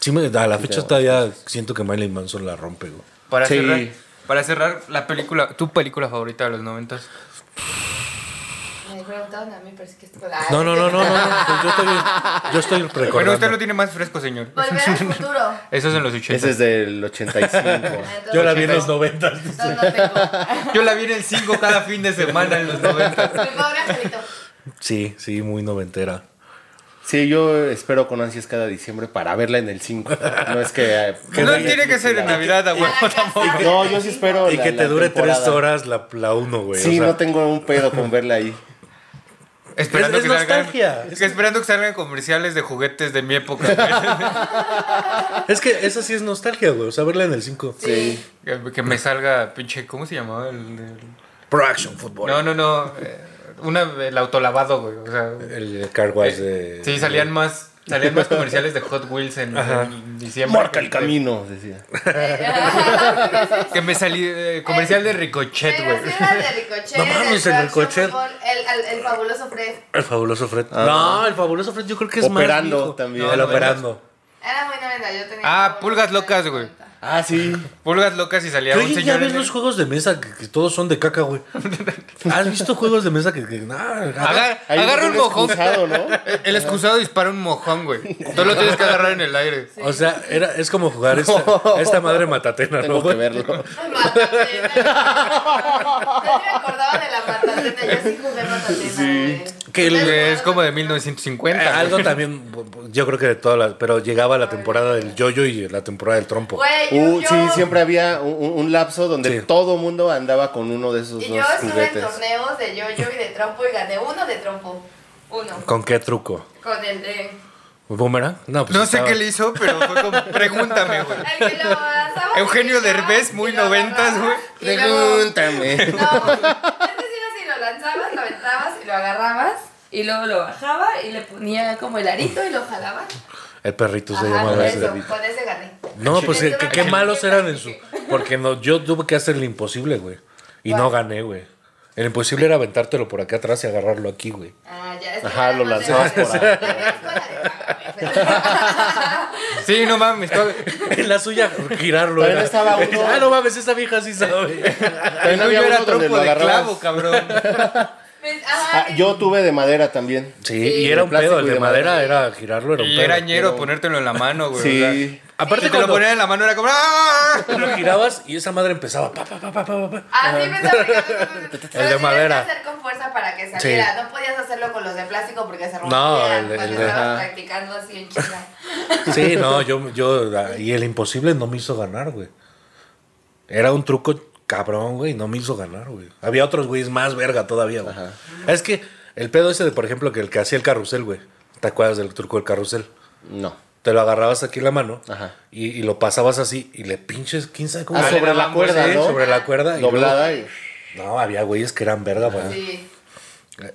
Sí, me- a la fecha te- todavía siento que Marilyn Manson la rompe, güey. Para, Sí. cerrar, para cerrar, la película, tu película favorita de los 90. Me preguntaron a mí, pero es que esto. No, no, no, no, no. no, Yo estoy, yo estoy recordando. Bueno, usted lo tiene más fresco, señor. Volver al futuro. Eso es en los 80. Ese es del 85. Entonces, Yo la vi en los noventas. No, no tengo. Yo la vi en el 5 cada fin de semana en los 90. Mi pobre angelito. Sí, sí, muy noventera. Sí, yo espero con ansias cada diciembre para verla en el 5. No es que. eh, Pues No pongan tiene que Netflix ser y en la- Navidad, A güey. la casa. No, yo sí espero. Y la- que te la dure temporada. tres horas la, la uno, güey. Sí, o sea, no tengo un pedo con verla ahí. Esperando Es- que es salgan, nostalgia. que esperando que salgan comerciales de juguetes de mi época. Es que esa sí es nostalgia, güey. O sea, verla en el 5. Sí. güey. que, que me salga pinche, ¿cómo se llamaba? El, el- Pro Action Football. No, no, no. eh, Una, el autolavado, güey. O sea, El car wash Pues de. sí, salían más, salían más comerciales de Hot Wheels en, en diciembre. Marca el camino, decía. Que me salí eh, comercial de Ricochet, Pero güey. si era de Ricochet. No mames, del el Action Ricochet. Football, El, al- el fabuloso Fred. El fabuloso Fred. Ah. No, el fabuloso Fred yo creo que es más. Operando viejo. también. No, el No, operando. Era muy noventa, yo tenía. Ah, Fabuloso pulgas Fred locas, en güey. cuenta. Ah, sí. Pulgas locas y salía Pero un oye, ya señor. ves en- los juegos de mesa que, que todos son de caca, güey. ¿Has visto juegos de mesa que. que- nah, Aga- Hay agarra un mojón. excusado, ¿no? El excusado dispara un mojón, güey. Tú lo tienes que agarrar en el aire. O sea, era, es como jugar esta, esta madre matatena, ¿no? Tengo que güey? verlo. Matatena. Yo ni me acordaba de la matatena. Yo sí jugué matatena. güey. Que el- Que es como de 1950. Eh, Algo también, bu- bu- yo creo que de todas las. Pero llegaba la temporada del yoyo y la temporada del trompo. Güey, yo, Uh, yo- sí, siempre había un, un- un lapso donde Sí. todo mundo andaba con uno de esos Y yo dos estuve en juguetes. torneos de yo-yo y de trompo y gané uno de trompo. Uno. ¿Con qué truco? Con el de. ¿Boomerang? No, pues No sé estaba- qué le hizo, pero fue como, pregúntame, güey. El que lo abrazaba, Eugenio y lo- Derbez, muy y lo agarraba, noventas, güey. y luego- Pregúntame. No, güey. es decir, así lo lanzabas, lo aventabas y lo agarrabas. Y luego lo bajaba y le ponía como el arito y lo jalaba. El perrito Pues se Ajá, con llamaba ese. eso, con ese gané. No, pues Sí. que, que- qué malos eran en su. Porque no, yo tuve que hacer el imposible, güey. Y no gané, güey. El imposible era aventártelo por acá atrás y agarrarlo aquí, güey. Ah, ya, es que Ajá, ya lo no lanzabas sé. por ahí. Ya ves con la de paga, güey. Sí, no mames. todo- En la suya, girarlo. Todavía era. no estaba uno. Ah, no mames, esa vieja sí sabe. El También había tuyo uno era donde trompo lo de agarrabas. clavo, cabrón. Pues, ajá, Ah, yo tuve de madera también. Sí, y era de un plástico pedo. El y de de madera era girarlo, era un Y pedo. era ñero ponértelo en la mano, güey. o sea, Sí. Aparte, si te lo cuando ponían en la mano era como. ¡ah! lo girabas y esa madre empezaba. Pa, pa, pa, pa, pa, pa. Ah, sí, pensaba que- Pero de tenías madera. que hacer con fuerza para que saliera. No podías hacerlo con los de plástico porque se rompían. el- cuando el de- estabas ajá. practicando así en chinga. Sí, no, yo, yo. Y el imposible no me hizo ganar, güey. Era un truco cabrón, güey. No me hizo ganar, güey. Había otros güeyes más verga todavía, güey. Es que El pedo ese de, por ejemplo, que el que hacía el carrusel, güey. ¿Te acuerdas del truco del carrusel? No. Te lo agarrabas aquí en la mano Ajá. Y, y lo pasabas así y le pinches, quién sabe cómo Ah, se- le sobre la daban cuerda, sí, ¿no? sobre la cuerda. y Doblada y... luego- no, había güeyes que eran verga, güey. Sí.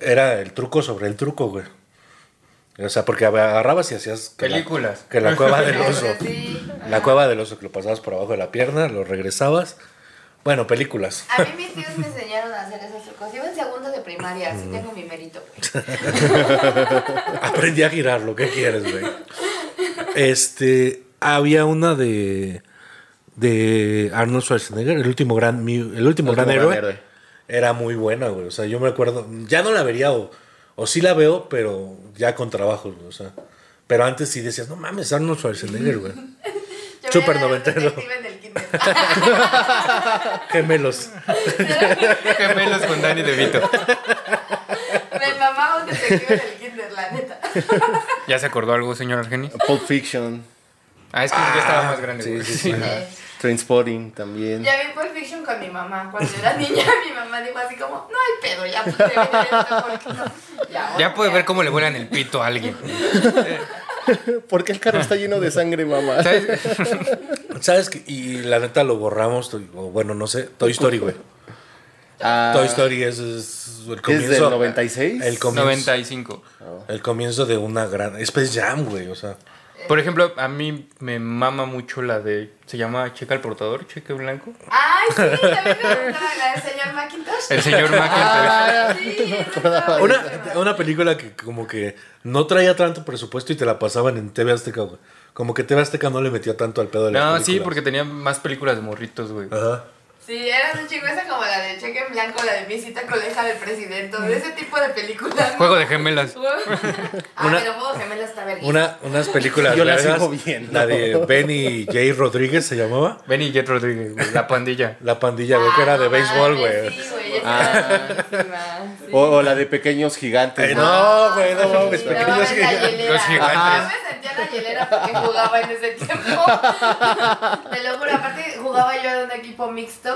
Era el truco sobre el truco, güey. O sea, porque agarrabas y hacías... que la- Películas. Que la cueva del Pero oso. sí. La cueva del oso que lo pasabas por abajo de la pierna, lo regresabas. Bueno, películas. A mí mis tíos me enseñaron a hacer esos trucos. Yo en segundo de primaria, Mm. así tengo mi mérito, güey. Aprendí a girar, lo que quieres, güey. Este, había una de de Arnold Schwarzenegger, el último gran mi- el último, gran, héroe, Era muy buena, güey. O sea, yo me acuerdo, ya no la vería o, o sí la veo, pero ya con trabajos, güey, o sea, pero antes sí decías, "No mames, Arnold Schwarzenegger, güey." Yo Súper veía a los noventero. detectives del kinder. Gemelos. Gemelos con Danny DeVito. Me mamaba un detective del kinder, la neta. ¿Ya se acordó algo, señor Argenis? Pulp Fiction, Ah, es que yo estaba más grande. sí, güey. sí, sí. Ajá. Trainspotting también. Ya vi Pulp Fiction con mi mamá. Cuando era niña, mi mamá dijo así como, no hay pedo, ya pude ver esto, ¿por qué no?". Y ahora Ya puede ver cómo le vuelan el pito a alguien. ¿Por qué el carro está lleno de sangre, mamá? ¿Sabes? ¿Sabes qué? Y la neta lo borramos, to- o bueno, no sé, Toy Story, güey. Ah, Toy Story es, es el ¿Es comienzo. del 96? El comienzo. 95. El comienzo de una gran. Space Jam, güey. O sea. Por ejemplo, a mí me mama mucho la de. Se llama Checa el portador, Cheque Blanco. Ay, sí, también me gustaba la del señor McIntosh. El señor Macintosh. Ah, Sí, estaba Una, una película que como que no traía tanto presupuesto y te la pasaban en TV Azteca, güey. Como que TV Azteca no le metía tanto al pedo de las No, películas. sí, porque tenía más películas de morritos, güey. Ajá. Sí, era un chico esa como la de Cheque en Blanco, la de Mi cita con la hija del presidente, de ese tipo de películas. Juego de gemelas. ah, Una- pero Juego Gemelo está verguísima. Una, unas películas. Yo la largas, sigo viendo. La de Benny J. Rodríguez se llamaba. Benny y Jet Rodríguez, güey, la pandilla. La pandilla, güey, que era de béisbol, güey. Ah, Sí, güey, esa Ah. era buenísima, sí. o, o la de Pequeños Gigantes. Eh, ¿no? no, güey, no mames, Sí, no, pequeños mames, la que. hielera. Los gigantes. Yo me sentía la hielera porque jugaba en ese tiempo. Te lo juro, aparte jugaba yo en un equipo mixto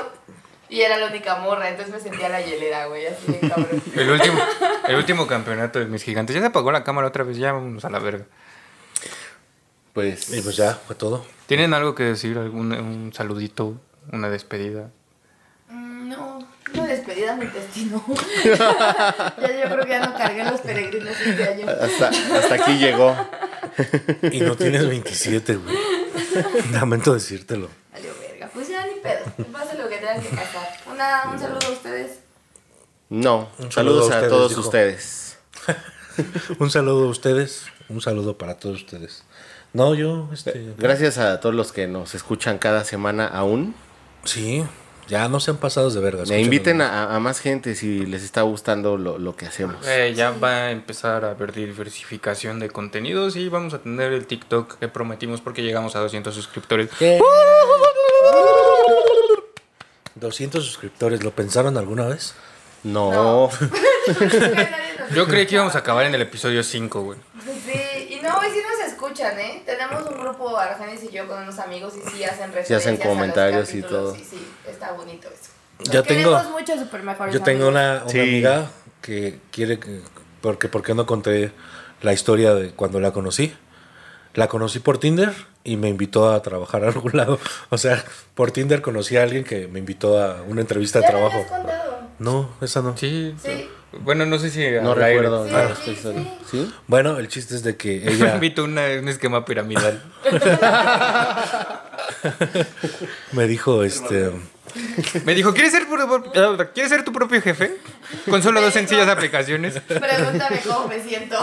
y era la única morra, entonces me sentía la hielera, güey, así de cabrón. El último, el último campeonato de mis gigantes. Ya se apagó la cámara otra vez, ya vámonos a la verga. Pues, Y pues ya, fue todo. ¿Tienen algo que decir? ¿Algún un saludito? ¿Una despedida? Mm, No, una despedida a mi destino. ya yo creo que ya no cargué los peregrinos este año. hasta, hasta aquí llegó. Y no tienes 27, güey. Lamento decírtelo. Valió verga. Pues ya ni pedo. Pase lo que tenga que pasar. Una, un saludo a ustedes. No, Un saludo saludos a a, ustedes, todos dijo. ustedes. Un saludo a ustedes, un saludo para todos ustedes. No, yo, este. Gracias a todos los que nos escuchan cada semana aún. Sí, ya no sean pasados de verga. Me inviten a, a más gente si les está gustando lo, lo que hacemos. Eh, ya va a empezar a haber diversificación de contenidos y vamos a tener el TikTok que prometimos porque llegamos a 200 suscriptores. 200 suscriptores, ¿lo pensaron alguna vez? No. Yo creí que íbamos a acabar en el episodio 5, güey. Sí, y no, hoy sí nos escuchan, ¿eh? Tenemos un grupo, Argenis y yo, con unos amigos y sí hacen referencias. hacen a los comentarios y capítulos, todo. Y sí, está bonito eso. Yo Los tengo, queremos mucho, super mejores yo tengo amigos. una, una Sí. amiga que quiere que. Porque, ¿Por qué no conté la historia de cuando la conocí? La conocí por Tinder y me invitó a trabajar a algún lado. O sea, por Tinder conocí a alguien que me invitó a una entrevista de Ya lo habías trabajo. contado. No, esa no. Sí. Sí. Bueno, no sé si... No al aire. recuerdo. Sí, no sí, estoy seguro. sí. ¿Sí? Bueno, el chiste es de que ella Invito una- un esquema piramidal. me dijo, este, Me dijo, ¿quieres ser, pro- ¿quieres ser tu propio jefe? Con solo dos sencillas aplicaciones. Pregúntame cómo me siento.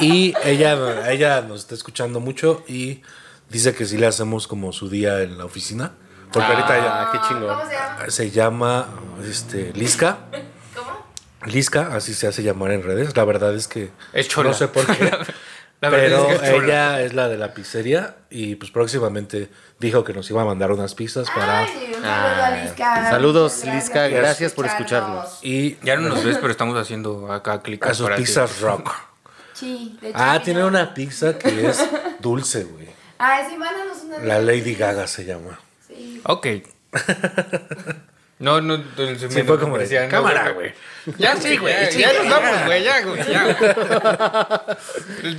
y ella, ella nos está escuchando mucho y dice que sí le hacemos como su día en la oficina, porque ahorita Ah, qué chingón. ¿Cómo se llama? ella se llama, este, Lisca, ¿Cómo? Lisca, así se hace llamar en redes, la verdad es que Es chola. no sé por qué, La verdad pero es que es chola. ella es la de la pizzería y pues próximamente dijo que nos iba a mandar unas pizzas para... Ay, un saludo a Lisca. Saludos, Muchas Lisca, gracias por escucharnos. Y Ya no nos ves, pero estamos haciendo acá clic a sus pizzas rock. Sí, de hecho, Ah, sí, tiene no. una pizza que es dulce, güey. Ah, Ay, sí, mándanos una. La Lady Gaga se llama. Sí. Ok. No, no, el Sí, fue como de, decía, "Cámara, güey". Ya sí, güey. Ya, ya nos vamos, güey. Ya, güey. Ya, güey.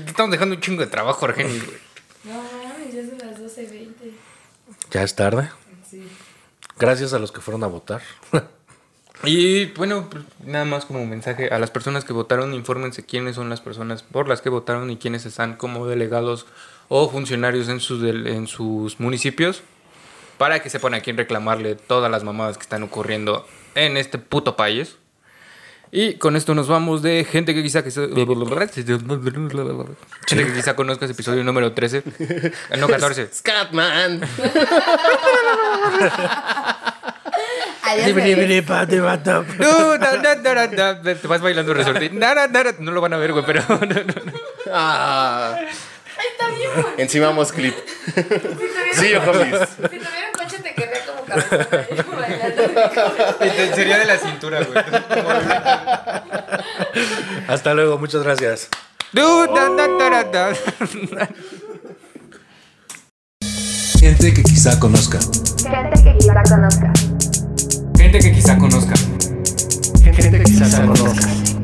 Estamos dejando un chingo de trabajo, Argenis, güey. No mames, ya son las 12.20. Ya es tarde. Sí. Gracias a los que fueron a votar. Y bueno, pues, nada más como mensaje a las personas que votaron, infórmense quiénes son las personas por las que votaron y quiénes están como delegados o funcionarios en sus, del- en sus municipios para que sepan a quién reclamarle todas las mamadas que están ocurriendo en este puto país. Y con esto nos vamos de gente que quizá que se- gente que quizá conozcas episodio número 13, no 14. Scatman. Adiós, bebés. No, da, da, da, da, da, te vas bailando resorte. Da, da, da, da. No lo van a ver, güey, pero Ah. Está bien, güey. Encima vamos clip. Si tuviera- Sí, yo Si comis. tuviera un coche, te querría como cabezón. bailando. sería de la cintura, güey. Hasta luego, muchas gracias. Gente que quizá conozca. Gente que quizá conozca. Gente que quizá conozca. Gente que quizás conozca.